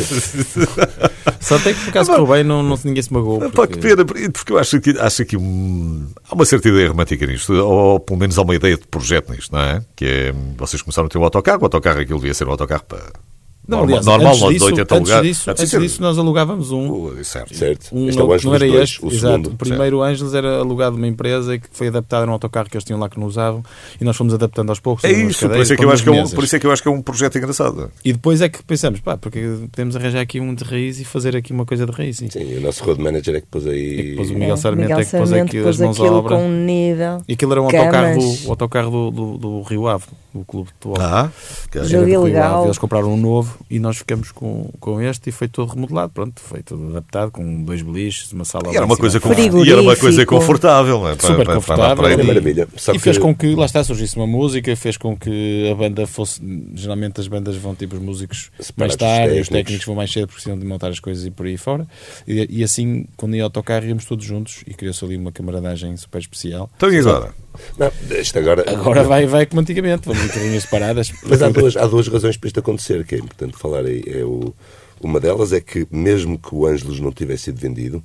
Só tem que por acaso correu bem, não, não, ninguém se magoou.
Pá, que
porque-
pena, porque eu acho que, acho que hum, há uma certa ideia romântica nisto, ou pelo menos há uma ideia de projeto nisto, não é? Que é, hum, vocês começaram a ter um autocarro, o autocarro aquilo devia ser um autocarro para.
Não,
normal,
aliás,
normal
antes
não, de
disso,
80
antes
lugares.
é
disso,
Deve
antes
ser-
disso nós alugávamos um.
Uh, Certo.
Certo.
Um
Este é o
não, que
Ângelos
não era
dois,
este,
o
exato.
segundo.
o primeiro Ângeles era alugado de uma empresa que foi adaptada num autocarro que eles tinham lá que não usavam e nós fomos adaptando aos poucos.
É
umas
isso, por
cadeiras,
isso é, que eu
com
acho que é um,
umas
por isso é que eu acho que é um projeto engraçado.
mesas. E depois é que pensamos, pá, porque podemos arranjar aqui um de raiz e fazer aqui uma coisa de raiz. E,
Sim, o nosso road manager é que pôs aí.
e depois o Miguel Sarmento
Miguel
é que pôs
Sarmento
aquilo as
pôs
mãos à
aquilo
obra.
com um nível.
E aquilo era um
Camas.
autocarro, do, o autocarro do, do, do Rio Ave, o clube de futebol.
Ah,
Era
Jogo
do Rio
ilegal.
Ave, Eles compraram um novo e nós ficamos com, com este e foi todo remodelado. Pronto, foi tudo adaptado com dois beliches, uma sala.
e era
lá em
uma
cima.
coisa, com,
Frigorífico.
e era uma coisa confortável, não é? Para-
super
para- para andar
confortável
por aí.
Era maravilha. Só
e
que-
fez com que lá está surgisse uma música fez com que a banda fosse geralmente as bandas vão tipo os músicos
Separar
mais
dos
tarde os
técnicos.
técnicos vão mais cedo porque precisam de montar as coisas e por aí fora e, e assim quando ia ao autocarro íamos todos juntos e criou-se ali uma camaradagem super especial
Então e agora?
Não, isto agora.
agora vai, vai como antigamente vamos em carrinhas separadas
Mas há duas, há duas razões para isto acontecer, que é importante falar aí. É o, uma delas é que, mesmo que o Ângelos não tivesse sido vendido,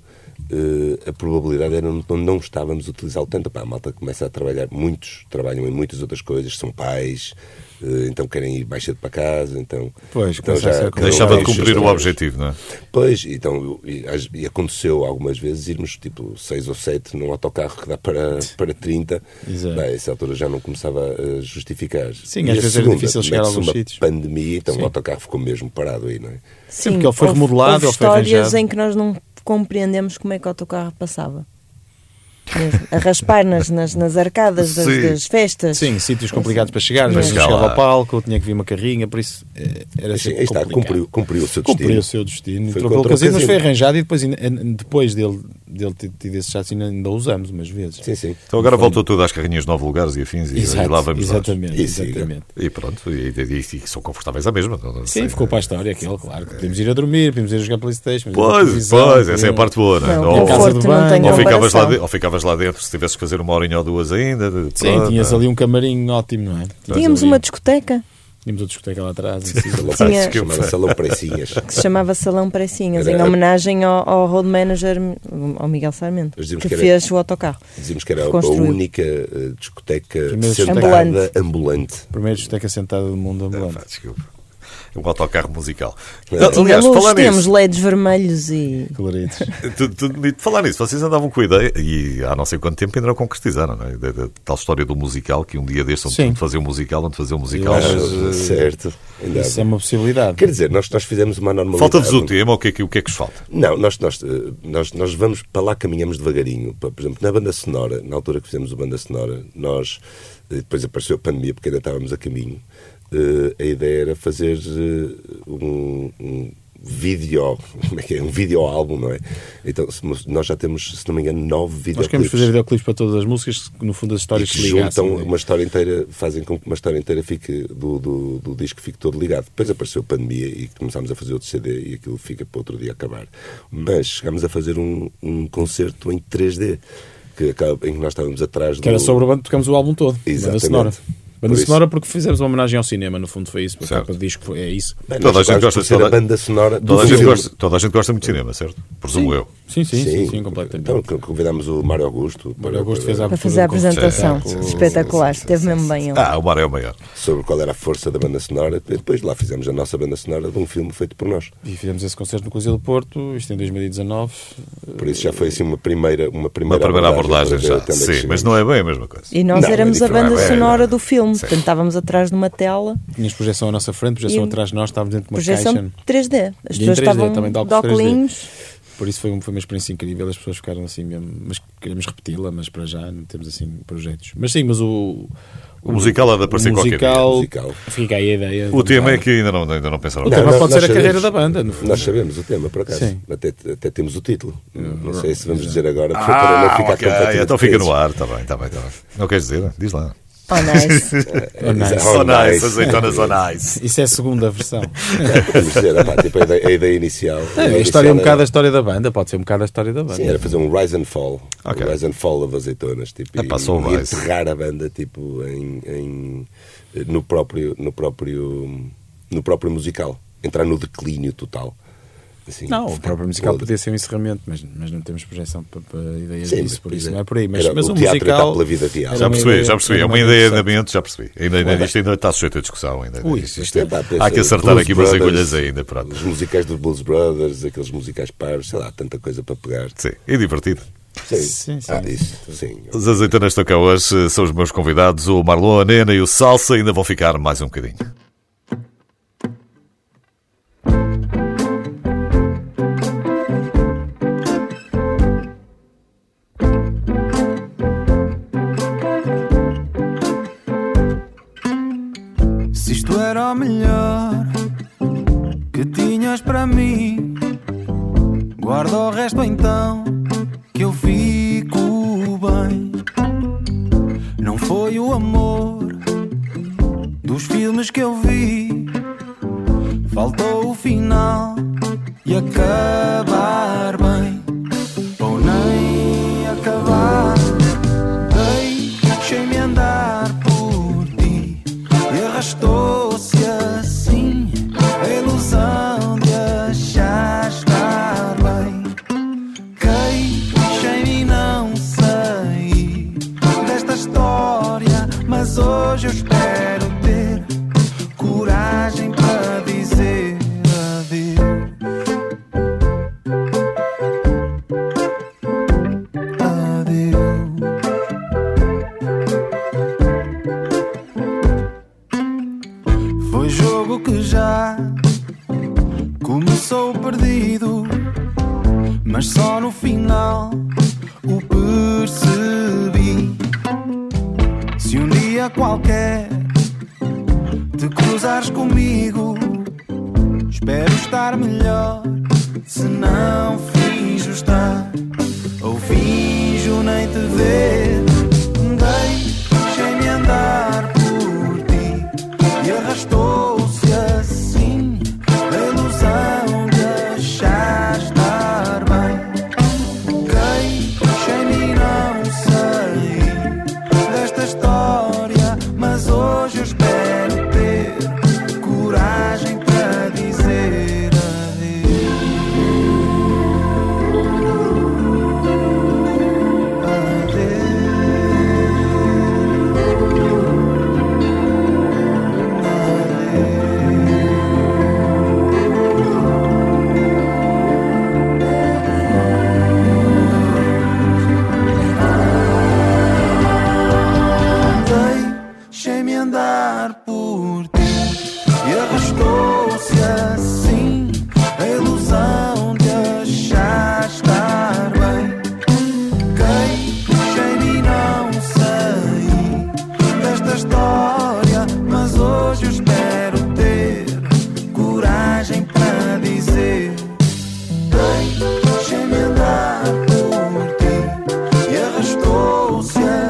eh, a probabilidade era não, não estávamos a utilizá-lo tanto. Pá, a malta começa a trabalhar, muitos trabalham em muitas outras coisas, são pais, eh, então querem ir mais cedo para casa, então.
Pois,
então
começa a ser
cada um
Deixava de
tem os seus
cumprir o
trabalhos.
objetivo, não é?
Pois, então, e, às- e aconteceu algumas vezes irmos tipo 6 ou 7 num autocarro que dá para, para 30.
Exato.
Bem, essa altura já não começava a justificar.
Sim,
E
às
a
vezes era
segunda,
difícil chegar a
mete-se
alguns
uma
sítios.
pandemia, então
Sim.
o autocarro ficou mesmo parado aí, não é?
Sim,
porque ele foi
houve-
remodelado,
houve
ele foi
histórias
arranjado.
em que nós não compreendemos como é que o autocarro passava. Mesmo, A raspar nas, nas, nas arcadas das,
Sim.
das festas.
Sim, sítios complicados para chegar, às vezes não
Mas
chegava
lá.
ao palco, tinha que vir uma carrinha, por isso eh, era
Assim,
assim.
aí está, cumpriu, cumpriu o seu destino.
Cumpriu o seu destino,
Foi
entrou pelo
contra o
casino, mas foi
casino.
arranjado e depois, ainda- eh, depois dele, dele ter tido esse chassi ainda o usamos umas vezes.
Sim, sim.
Então agora voltou tudo às carrinhas de nove lugares e afins e, e lá vamos nós.
exatamente,
E siga.
exatamente.
E pronto, e, e- e- e são confortáveis à mesma. não- não
Sim,
sei.
ficou para a história aquilo, claro. que Podíamos ir a dormir, podíamos ir a jogar Playstation. podíamos ir à
Pois,
televisão, um-
pois,
podíamos-
essa é a parte boa, não é?
Não,
Ou-
o conforto não tem
Ou
Ou
comparação.
ficavas, lá de- ou ficavas lá dentro se tivesses que fazer uma horinha ou duas ainda. de-
Sim,
pronto. é?
tinhas ali um camarinho ótimo, não é? Tinhas
Tínhamos
ali-
uma discoteca
Tínhamos uma discoteca lá atrás. em cima.
Salão
Tinha-
Precinhas, chamava Salão Precinhas.
que se chamava Salão Precinhas,
Era-
em homenagem ao, ao road manager, ao Miguel Sarmento,
Nós dizíamos
que
que era-
fez o autocarro.
Dizíamos que era a- a
Reconstruiu.
única eh, discoteca
Primeira
sentada
Ambulante.
ambulante.
É
Primeira discoteca sentada do mundo ambulante.
Pá, desculpa. um autocarro musical.
Tínhamos, temos LEDs vermelhos e.
Coloridos.
Tudo, tudo bonito. Falar nisso, vocês andavam com a ideia e há não sei quanto tempo ainda não concretizaram, não é? Da, da tal história do musical, que um dia deste onde
Sim.
onde fazer um musical, onde fazer um musical.
Eu acho-
Ah, certo. Ainda-
eh, Isso é uma possibilidade.
Quer dizer, nós, nós fizemos uma normalidade.
Falta-vos o tema, o que, é que, o que é que vos falta?
Não, nós, nós, eh, nós, nós vamos para lá, caminhamos devagarinho. Pa- Por exemplo, na banda sonora, na altura que fizemos a banda sonora, nós. eh, Depois apareceu a pandemia, porque ainda estávamos a caminho. eh, A ideia era fazer eh, um. um vídeo, como é que é? Um videoálbum, não é? Então, se- nós já temos, se não me engano, nove
Nós
videoclipes.
queremos fazer videoclipes para todas as músicas, que no fundo as
e
histórias
que
se ligassem. é? né?
juntam uma história inteira, fazem com que uma história inteira fique do, do, do disco fique todo ligado. Depois apareceu a pandemia e começámos a fazer outro CD e aquilo fica para outro dia acabar. Mas chegámos a fazer um, um concerto em 3D que acaba, em que nós estávamos atrás do.
Que era sobre o bando, tocamos o álbum todo. Banda
Exatamente.
sonora. Banda
Por isso.
sonora porque fizemos uma homenagem ao cinema, no fundo foi isso. porque A
Certo.
capa de disco é isso.
Bem, nós
Toda a gente
acabámos
gosta
por ser
toda-
a banda sonora do
Toda a, gente
filme.
gosta, toda a gente gosta muito de cinema, certo? Presumo eu.
Sim, sim, sim, sim, completamente.
Então, convidámos o Mário Augusto
Olha, eu gosto de fazer
Para
a abertura
fazer a
do concerto.
apresentação.
Com-
Espetacular. Esteve mesmo bem ele.
Ah, o mar é o maior.
sobre qual era a força da banda sonora. E depois lá fizemos a nossa banda sonora de um filme feito por nós.
E fizemos esse concerto no Coliseu do Porto, isto em 2019.
Por isso já foi assim uma primeira uma
Uma
primeira
primeira abordagem
para ver
já.
até onde é que
Sim, mas
chegamos.
não é bem a mesma coisa.
E nós
Não, é
éramos a
diferente,
banda
é, é,
sonora
é.
do filme, portanto estávamos atrás de uma tela,
Tínhamos projeção à nossa frente, projeção
E-
atrás de nós, estávamos dentro de uma
projeção
caixa.
3D. As
E em
pessoas
3D,
estavam
também de óculos
de óculos,
Por isso foi, um- foi uma experiência incrível, as pessoas ficaram assim mesmo. Mas queremos repeti-la, mas para já não temos assim projetos. Mas sim, mas o.
O musical há de aparecer
o
qualquer dia.
musical,
Musical.
Fica aí a ideia.
O
Vamos
tema
lá.
é que ainda não, ainda não pensaram.
O tema
nós-
pode
nós
ser a
sabemos.
carreira da banda, no fundo.
Nós sabemos o tema, por acaso.
Sim. Uhum.
Até, até temos o título. Não sei se vamos dizer agora, porque para não ficar
Ah, ok,
completamente
então fica no
preso.
ar, está bem, está bem, está bem. Não queres dizer? Diz lá.
Oh, nice.
Oh, nice.
Oh, nice,
nice.
azeitonas, oh, nice.
Isso é a segunda versão.
Podemos dizer, ah, pá, tipo, a, ideia, a ideia inicial.
É, a história é um bocado a história da banda, pode ser um bocado a história da banda.
Sim, era fazer um rise and fall.
Ok.
Um rise and fall of azeitonas. Tipo,
Ah, pá, só o
e, e
rise.
enterrar a banda tipo, em, em- no, próprio, no, próprio, no próprio musical. Entrar no declínio total. Assim,
Não, o
ficar
próprio musical
todo.
podia ser um encerramento, mas, mas não temos projeção para, para ideias
Sim,
disso, por
pois
isso
é.
não é por aí. Mas,
Era-
mas
o
um
teatro
musical.
está pela vida real.
era
Já
Já
uma
percebi,
ideia-
já percebi.
era
É uma ideia na
interessante.
mente, já percebi. Ainda, ainda, isto ainda está sujeito a discussão. Ainda,
Ui,
isto-
isto é-
Epá, pensa,
há que acertar
Blues
aqui umas
Brothers,
agulhas ainda. Pronto.
Os musicais dos Blues Brothers, aqueles musicais pares, sei lá, tanta coisa para pegar.
Sim, e divertido.
Sim,
Sim, sim.
Ah, isso, sim.
É.
Os azeitonas estão cá hoje, são os meus convidados, o Marlon, a Nena e o Salsa, ainda vão ficar mais um bocadinho.
Se isto era o melhor que tinhas para mim, guarda o resto então, que eu fico bem. Não foi o amor dos filmes que eu vi, faltou o final e acabar bem, ou nem acabar. Deixei-me andar por ti E arrastou-se assim A ilusão de achar estar bem Queixei-me e não saí Desta história Mas hoje eu espero ter Coragem para dizer adeus Adeus Foi jogo que já começou perdido, mas só no final o percebi. Se um dia qualquer te cruzares comigo, espero estar melhor. Se não finjo estar, ou finjo nem te ver, deixei-me andar por ti e arrastou-se assim a ilusão de achar estar bem. Queixei-me e não sei desta história, mas hoje eu espero ter coragem para dizer adeus. Adeus. Adeus. assim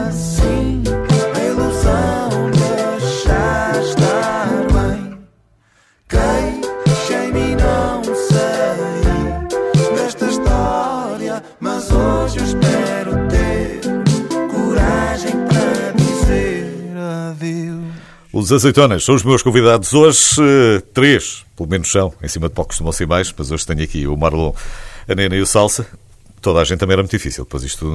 assim
Os azeitonas são os meus convidados hoje, eh, três, pelo menos são, em cima de pouco costumam ser mais, mas hoje tenho aqui o Marlon, a Nena e o Salsa. Toda a gente também era muito difícil, depois isto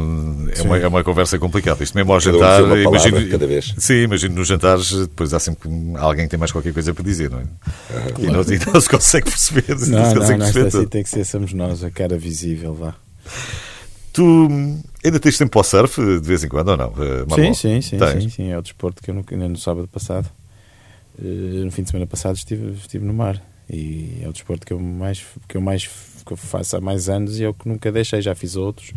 é uma, é uma conversa complicada. Isto mesmo ao
Cada um
jantar.
dizia uma palavra
imagino,
cada vez.
Sim, imagino nos jantares, depois há sempre alguém que tem mais qualquer coisa para dizer, não é? e, não, e não se consegue perceber. Não,
Não,
se
não,
consegue
não,
perceber
esta assim
tudo.
tem que ser, somos nós, a cara visível, vá.
Tu ainda tens tempo para o surf de vez em quando ou não? eh,
É
Marlon?
Sim, sim, sim,
Tens?
sim, sim, é o desporto que eu nunca- ainda no sábado passado, eh, no fim de semana passado estive, estive no mar e é o desporto que eu mais que eu mais que eu faço há mais anos e é o que nunca deixei, já fiz outros,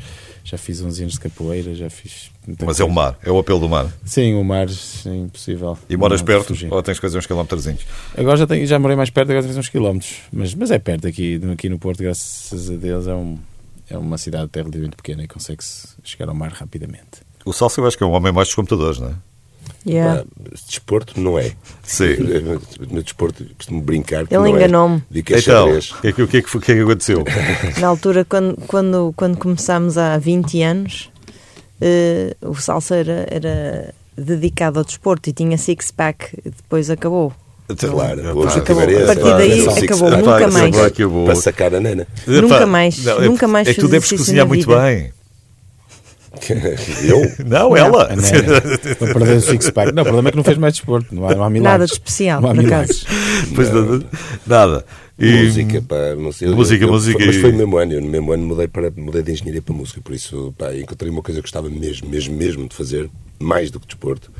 já fiz uns anos de capoeira, já fiz muita
Mas é o
coisa.
mar, é o apelo do mar.
Sim, o mar é impossível.
E moras
Não,
perto
fugir.
ou tens que fazer uns quilómetrozinhos?
Agora já, tenho, já morei mais perto, agora fiz uns quilómetros. Mas, mas é perto aqui, aqui no Porto, graças a Deus, é, um, é uma cidade até relativamente pequena e consegue-se chegar ao mar rapidamente.
O Salsa eu acho que é um homem mais dos computadores, não é?
Yeah.
Pá, desporto não é.
Sim.
Eu, No desporto costumo brincar. que
Ele
não é.
enganou-me.
Digo que é
Então,
xadrez.
o que é que, o que, é que, foi- o que é que aconteceu?
Na altura, quando, quando, quando começámos há 20 anos, eh, o salsa era, era dedicado ao desporto e tinha six-pack, depois acabou.
Claro,
então, Epá,
o
Acabou.
objetivo era
A
esse.
partir
Claro,
daí,
era o six-
acabou.
é Epá,
Nunca
isso é
mais.
bom
que eu vou-
Para sacar a nana.
Epá,
Nunca mais,
é-
nunca mais
É que tu
fiz
deves
exercício
cozinhar
na
muito
vida.
bem.
Eu?
Não, ela.
Ah, não, não. Para perder o six-pack. Não, o problema é que não fez mais desporto. Não há, não há milagres.
Nada de especial,
Não há
por
milagres.
acaso.
Pois nada. nada. E-
Música, pá, não sei, eu-
Música,
eu-
música
Mas
e-
foi no mesmo ano, eu no mesmo ano mudei, para, mudei de engenharia para música, por isso, pá, encontrei uma coisa que gostava mesmo, mesmo, mesmo de fazer, mais do que desporto.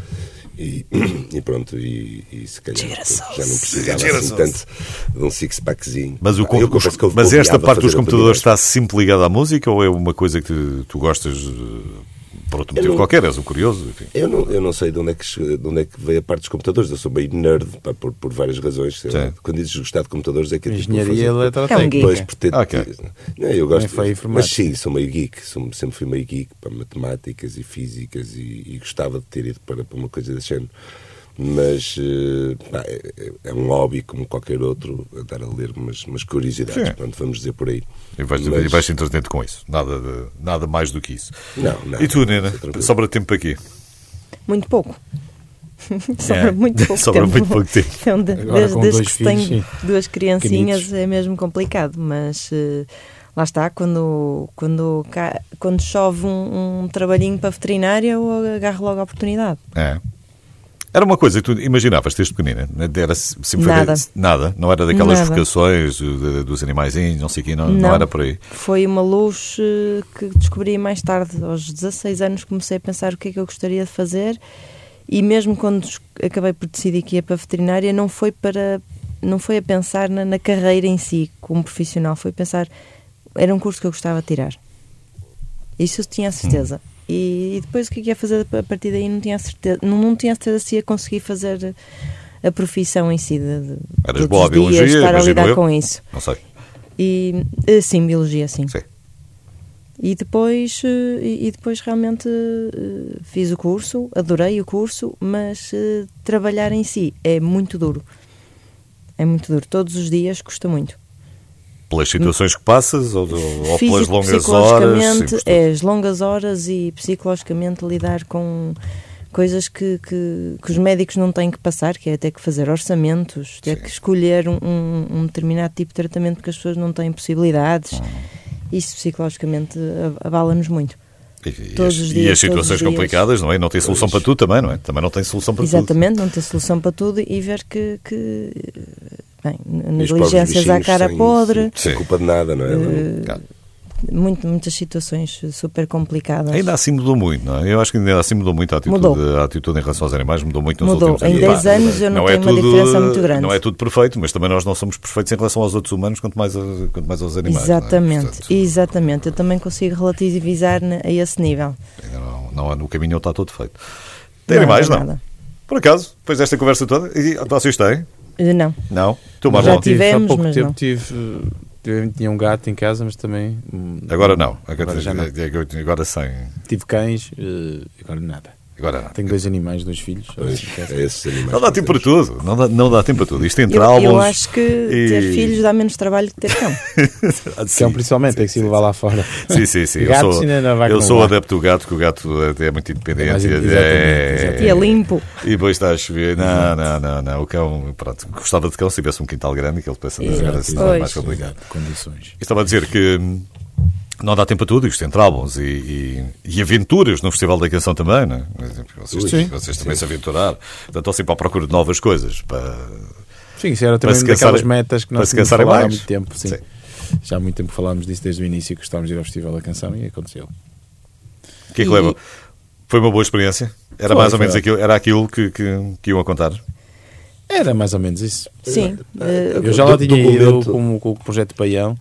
E, e pronto, e, e se calhar já não precisava assim tanto de um six-packzinho.
Mas, o,
Pá, eu confesso que eu
mas esta
odiava
parte dos
fazer a
computadores está
faculdade.
sempre ligada à música ou é uma coisa que tu, tu gostas eh, por outro motivo
não-
qualquer? És um curioso, enfim.
Eu não, eu não sei de onde, é que, che- de onde é que veio a parte dos computadores, eu sou meio nerd pá, por, por várias razões. sei lá.
Sim.
Quando dizes gostar de computadores é que é tipo
Engenharia
fazer-
eletrotécnica.
É um geek.
Depois pretendo.
Ok.
Não, eu
Nem
gosto.
foi
mas
informática.
sim, sou meio geek. sou- sempre fui meio geek para matemáticas e físicas e, e gostava de ter ido para, para uma coisa desse género. Mas eh, pá, é, é um hobby como qualquer outro, andar a ler umas, umas curiosidades,
Sim.
pronto, vamos dizer por aí.
E vais,
Mas-
e vais te entretendo com isso. Nada, de- nada mais do que isso.
Não, não.
e tu, Nena?
Sou tranquilo.
Sobra tempo para aqui.
Muito pouco.
Yeah.
Sobra muito pouco
É. Sobra
tempo.
muito pouco tempo.
Então, de-
Agora
desde
com
desde
dois
que se
filhos,
tem
sim.
duas criancinhas
Pequenitos.
é mesmo complicado, mas eh, lá está, quando, quando, cá- quando chove um, um trabalhinho para veterinária, eu agarro logo a oportunidade.
É. Era uma coisa que tu imaginavas desde pequenina? né? Era sempre
Nada.
nada? Não era daquelas
Nada.
vocações do- do- dos animaizinhos, não sei o quê, não, não era por aí?
Foi uma luz eh, que descobri mais tarde. Aos 16 anos comecei a pensar o que é que eu gostaria de fazer e mesmo quando es- acabei por decidir que ia para a veterinária não foi para não foi a pensar na, na carreira em si como profissional, foi pensar era um curso que eu gostava de tirar. Isso eu tinha a certeza. E, e depois o que é que ia fazer a partir daí não tinha a certeza, não, não tinha a certeza se ia conseguir fazer a profissão em si de, de todos
Eras boa à
os dias,
biologia,
estar a
imagino
lidar
eu.
com isso.
Não sei.
E eh, sim, biologia, sim.
Sim.
E depois, eh, e e depois realmente eh, fiz o curso, adorei o curso, mas eh, trabalhar em si é muito duro. É muito duro. Todos os dias custa muito.
Pelas situações que passas ou, ou pelas
Físico,
longas horas?
psicologicamente,
sim,
é as longas horas e psicologicamente lidar com coisas que, que, que os médicos não têm que passar, que é ter que fazer orçamentos, ter que escolher um, um- um determinado tipo de tratamento porque as pessoas não têm possibilidades.
Ah.
Isso psicologicamente a- abala-nos muito.
E, e
eh, todos
as,
os
e
dias,
as situações
todos os dias.
complicadas, não é? Não tem solução para tudo também, não é? Também não tem solução para tudo.
Exatamente, não ter solução para tudo e ver que, que, bem,
E os pobres
negligências à
bichinhos
cara
sem-
podre, Eh,
Sem,
Sim.
culpa de nada, não é?
Claro.
muito, muitas situações super complicadas.
Ainda assim mudou muito, não é? Eu acho que ainda assim mudou muito a atitude,
Mudou.
a atitude em relação aos animais, mudou muito nos
Mudou.
últimos anos.
Em 10
Pá,
anos eu não, tenho uma diferença muito grande.
é Não é tudo perfeito, mas também nós não somos perfeitos em relação aos outros humanos, quanto mais, a- quanto mais aos animais. não é?
exatamente,
Portanto,
exatamente. Eu também consigo relativizar ne- a esse nível.
ainda não, um- não, no caminho não está todo feito. Tem
Não,
animais,
não,
não?
nada.
Por acaso, depois desta conversa toda, e ah, vocês têm?
Eh, Não.
Não? Tu,
Já
Marlon?
tive. tivemos,
há pouco
mas
tempo
não.
tive, eh, tive- Tinha um gato em casa, mas também. hum,
Agora não. Agora,
Agora já não.
agora sem.
Tive cães, eh, agora nada.
Agora não.
Tenho dois animais, dois filhos.
É esses animais.
Não dá tempo para tudo. Não dá, não dá tempo para tudo. Isto entre
Eu, eu
álbuns.
acho que ter
e-
filhos dá menos trabalho que ter cão.
Ah, sim.
Cão principalmente, tem que se levar lá fora.
Sim, sim, sim. Eu
Gatos
sou,
ainda não vai
eu
com
sou
lá.
adepto do gato, que o gato é muito independente.
É mais-
é-
exatamente,
e é limpo.
E depois está a chover. Não, não, não, não. O cão, pronto, gostava de cão se tivesse um quintal grande, que ele pensa
Exato,
agora assim,
exato.
é mais complicado.
Condições.
Eu Estava a dizer que hum, não dá tempo a tudo, isto entre álbuns e, e- e aventuras no Festival da Canção também, não é? Vocês,
Sim.
vocês também se aventuraram. Portanto, estão sempre à procura de novas coisas. Para...
Sim, isso era
Para
também
se
uma daquelas
cansarem-
metas que
para
nós
se
tínhamos
cansarem
falado há
mais.
muito tempo. Sim.
Sim.
Já há muito tempo falámos disso desde o início, que gostávamos de ir ao Festival da Canção e aconteceu.
O que é que leva? Foi uma boa experiência? Era
Foi,
mais ou
foi
menos
ótimo.
aquilo, era aquilo que, que, que iam a contar?
Era mais ou menos isso.
É.
Sim. eh,
Eu já lá
Do-
tinha ido
documento.
com, com o projeto Paião.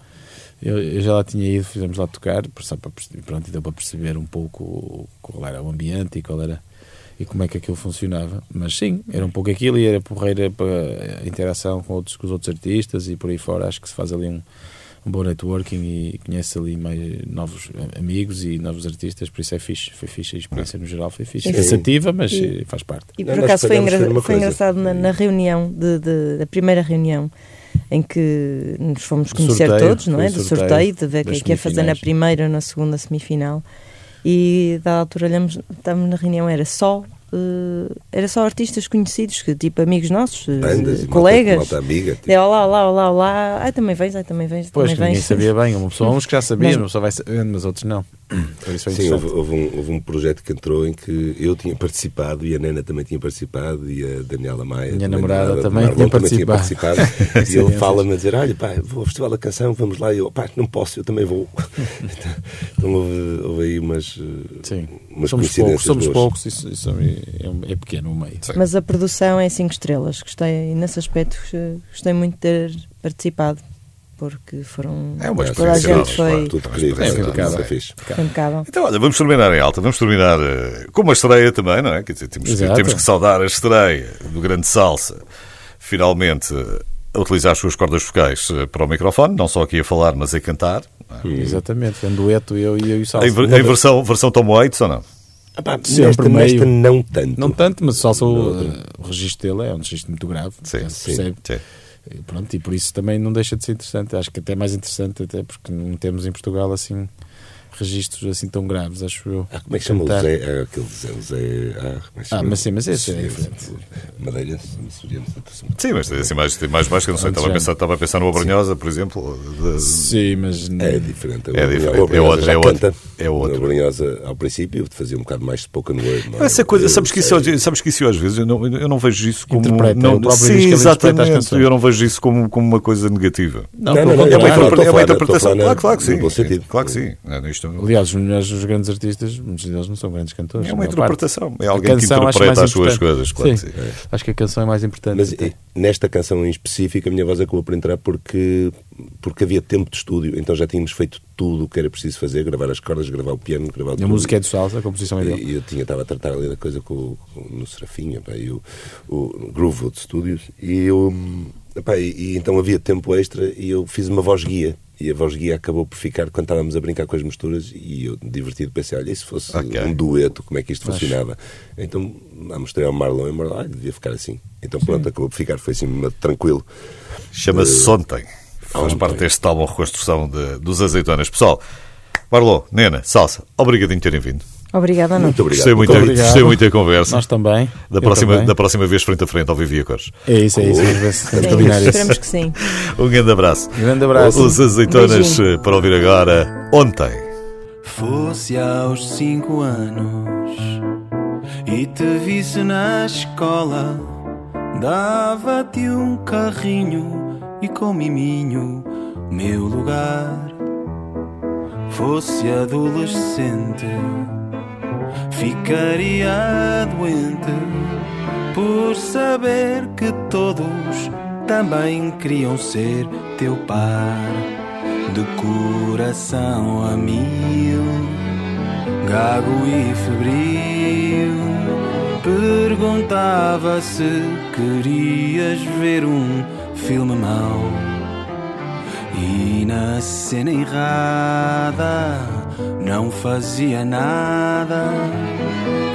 Eu, eu já lá tinha ido, fizemos lá tocar, por- só para, perce- pronto, e deu para perceber um pouco qual era o ambiente e qual era e como é que aquilo funcionava. Mas sim, era um pouco aquilo e era porreira para a interação com, outros, com os outros artistas e por aí fora. Acho que se faz ali um, um bom networking e conhece ali mais novos a- amigos e novos artistas, por isso é fixe. Foi fixe a experiência no geral, foi fixe.
Sim.
Cansativa, mas
E-
eh, faz parte.
E
Não,
por
nós
acaso foi,
pagamos
engra-
por uma
foi
coisa.
engraçado na, na reunião, de, de- da primeira reunião, em que nos fomos
Do
conhecer
sorteio,
todos, não
foi
é?
o
Do
sorteio
sorteio, de ver o que
das
é que ia fazer na
semifinais.
primeira ou na segunda semifinal. E da altura olhamos, estávamos na reunião, era só. eh, era só artistas conhecidos, que, tipo amigos nossos, eh,
Bandas, e
colegas.
Malta, malta amiga. tipo,
É, olá, olá, olá, olá. Ai, também vens, ai, também vens,
Pois que
também
ninguém
vens.
sabia bem, uma pessoa, uns que já sabiam,
Mas-
uma pessoa vai sabendo, mas outros não. Por isso foi
Sim, houve,
interessante.
houve um, houve um projeto que entrou em que eu tinha participado e a Nena também tinha participado e a Daniela Maia.
Minha
também,
namorada
do
também
Marlon,
tinha participado.
participado. e ele fala-me a dizer: Olha, pá, vou ao Festival da Canção, vamos lá. E eu, pá, não posso, eu também vou. então houve, houve aí umas. eh,
Sim. somos poucos,
umas coincidências
somos
boas.
poucos, isso, isso é, um- é pequeno o meio.
Sim.
Mas a produção é 5 estrelas. Gostei, nesse aspecto, eh, gostei muito de ter participado, porque foram.
É uma
toda a
experiência
gente
nova,
foi,
claro.
assim, Tudo querido,
É
é,
impecável.
é fixe.
foi impecável.
Então, olha, vamos terminar em alta, vamos terminar eh, com uma estreia também, não é? Quer dizer, temos, que,
Exato.
temos que saudar a estreia do grande salsa, finalmente eh, a utilizar as suas cordas vocais eh, para o microfone, não só aqui a falar, mas a cantar. não é?
Exatamente, foi um dueto eu e eu e o Salsa.
Em, ver- em versão, versão Tom Waits ou não?
Ah, pá,
Sempre
nesta,
meio-
nesta não tanto.
Não tanto, mas o Salsa, o, o registro dele é um registro muito grave,
Sim,
já se
sim,
percebe.
sim.
E Pronto, e por isso também não deixa de ser interessante. Acho que até mais interessante, até porque não temos em Portugal assim registros assim tão graves, acho eu.
Ah, como é que chama o
Cantar.
Zé? Ah, aquele Zé, o Zé. Ah, como é que
Ah,
chama?
mas sim, mas esse é diferente.
Madeirense, açoriano,
Sim, mas tem assim mais, tem mais, mais que eu não sei.
Antes
Estava a,
já.
pensar, estava a pensar no Abranhosa, por exemplo. de-
Sim, mas
É
É diferente,
diferente. O
é
Abrunhosa
outro,
já
é outro,
canta.
é outro.
O Abrunhosa, ao princípio, fazia um bocado mais spoken word. não é?
Essa coisa,
Eu
sabes que, isso,
sei.
sabes que isso eu às vezes eu não, eu não vejo isso como.
Interpreta,
não,
é o próprio
sim,
disco que ele interpreta as
exatamente.
canções.
Eu não vejo isso como, como uma coisa negativa.
Não,
Não,
pelo
não, não,
É uma,
contrário.
claro,
interpre-
estou
é
a
uma
falar-
interpretação.
estou a falar
Claro, claro que
no
sim.
bom sentido.
Claro que sim. Não, isto é um não-
Aliás, os melhores, os grandes artistas, muitos deles não são grandes cantores.
É
a
uma
maior parte.
interpretação. É
A
alguém que
canção acho
interpreta
mais
as suas
importante.
coisas. Claro que
Sim.
sim.
Acho que a canção é mais importante.
Mas
até.
eh, nesta canção em específico, a minha voz acabou por entrar porque, porque havia tempo de estúdio, então já tínhamos feito tudo o que era preciso fazer: gravar as cordas, gravar o piano, gravar
a
tudo.
música é do Salsa, a composição é dele.
E eu tinha, estava a tratar ali da coisa com, o- com- no Serafinha, pá, e o, o Groovewood Studios, e eu. hum, pá, e, e então havia tempo extra e eu fiz uma voz guia. E a voz guia acabou por ficar quando estávamos a brincar com as misturas. E eu, divertido, pensei: olha, e se fosse
Ok.
um dueto, como é que isto funcionava? Então lá mostrei ao Marlon e o Marlon, ah, devia ficar assim. Então pronto, acabou por ficar, foi assim, uma- tranquilo.
Chama-se Ontem. Faz
Ontem.
parte deste álbum Reconstrução de- dos Azeitonas. Pessoal, Marlon, Nena, Salsa, obrigadinho por terem vindo.
Obrigada, a nós.
Muito obrigado.
Gostei muito,
Muito obrigado.
gostei muito da conversa.
Nós também.
Da
Eu
próxima,
também.
da próxima vez, frente a frente, ao Vivi a Cores.
É isso, é isso. Vamos ver se temos que combinar
Sim,
isso.
esperamos que sim.
Um grande abraço.
Grande abraço.
Os azeitonas
Beijinho.
eh, para ouvir agora, ontem.
Fosse aos cinco anos e te visse na escola, dava-te um carrinho e com miminho meu lugar. Fosse adolescente, ficaria doente por saber que todos também queriam ser teu par de coração a mil, gago e febril. Perguntava se querias ver um filme mau e na cena errada
não fazia nada.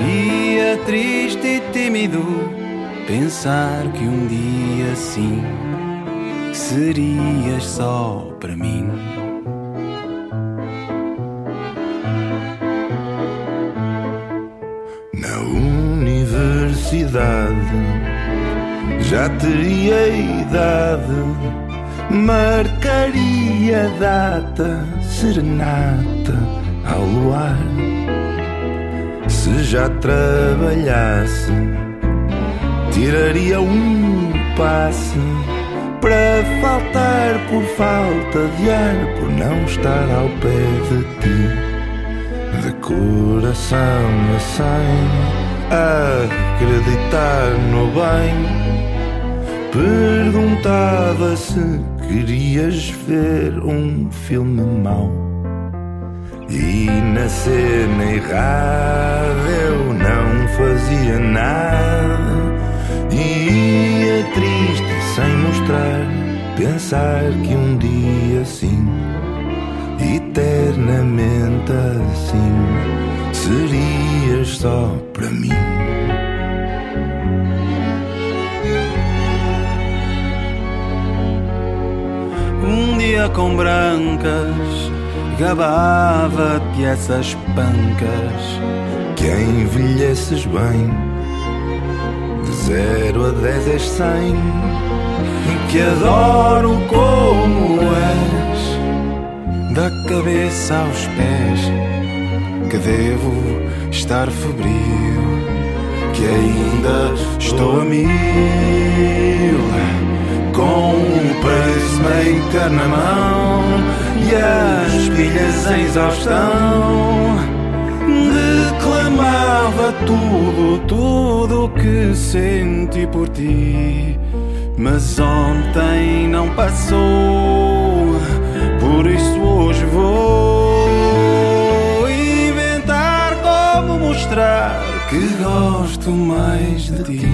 Ia triste e tímido pensar que um dia sim serias só para mim. Na universidade já teria idade, marcaria data, serenata ao luar. Se já trabalhasse, tiraria um passe para faltar por falta de ar, por não estar ao pé de ti. De coração a sem acreditar no bem. Perguntava se querias ver um filme mau E na cena errada eu não fazia nada E ia triste sem mostrar Pensar que um dia assim Eternamente assim Serias só para mim Um dia com brancas Gabava-te essas pancas Que envelheces bem De zero a dez és cem E que adoro como és Da cabeça aos pés Que devo estar febril Que ainda estou a mil com um pacemaker na mão e as pilhas em exaustão. Declamava tudo, tudo o que senti por ti, mas ontem não passou, por isso hoje vou inventar como mostrar que gosto mais de ti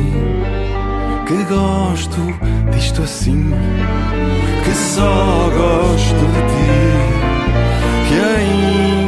que gosto disto assim, que só gosto de ti, que ainda.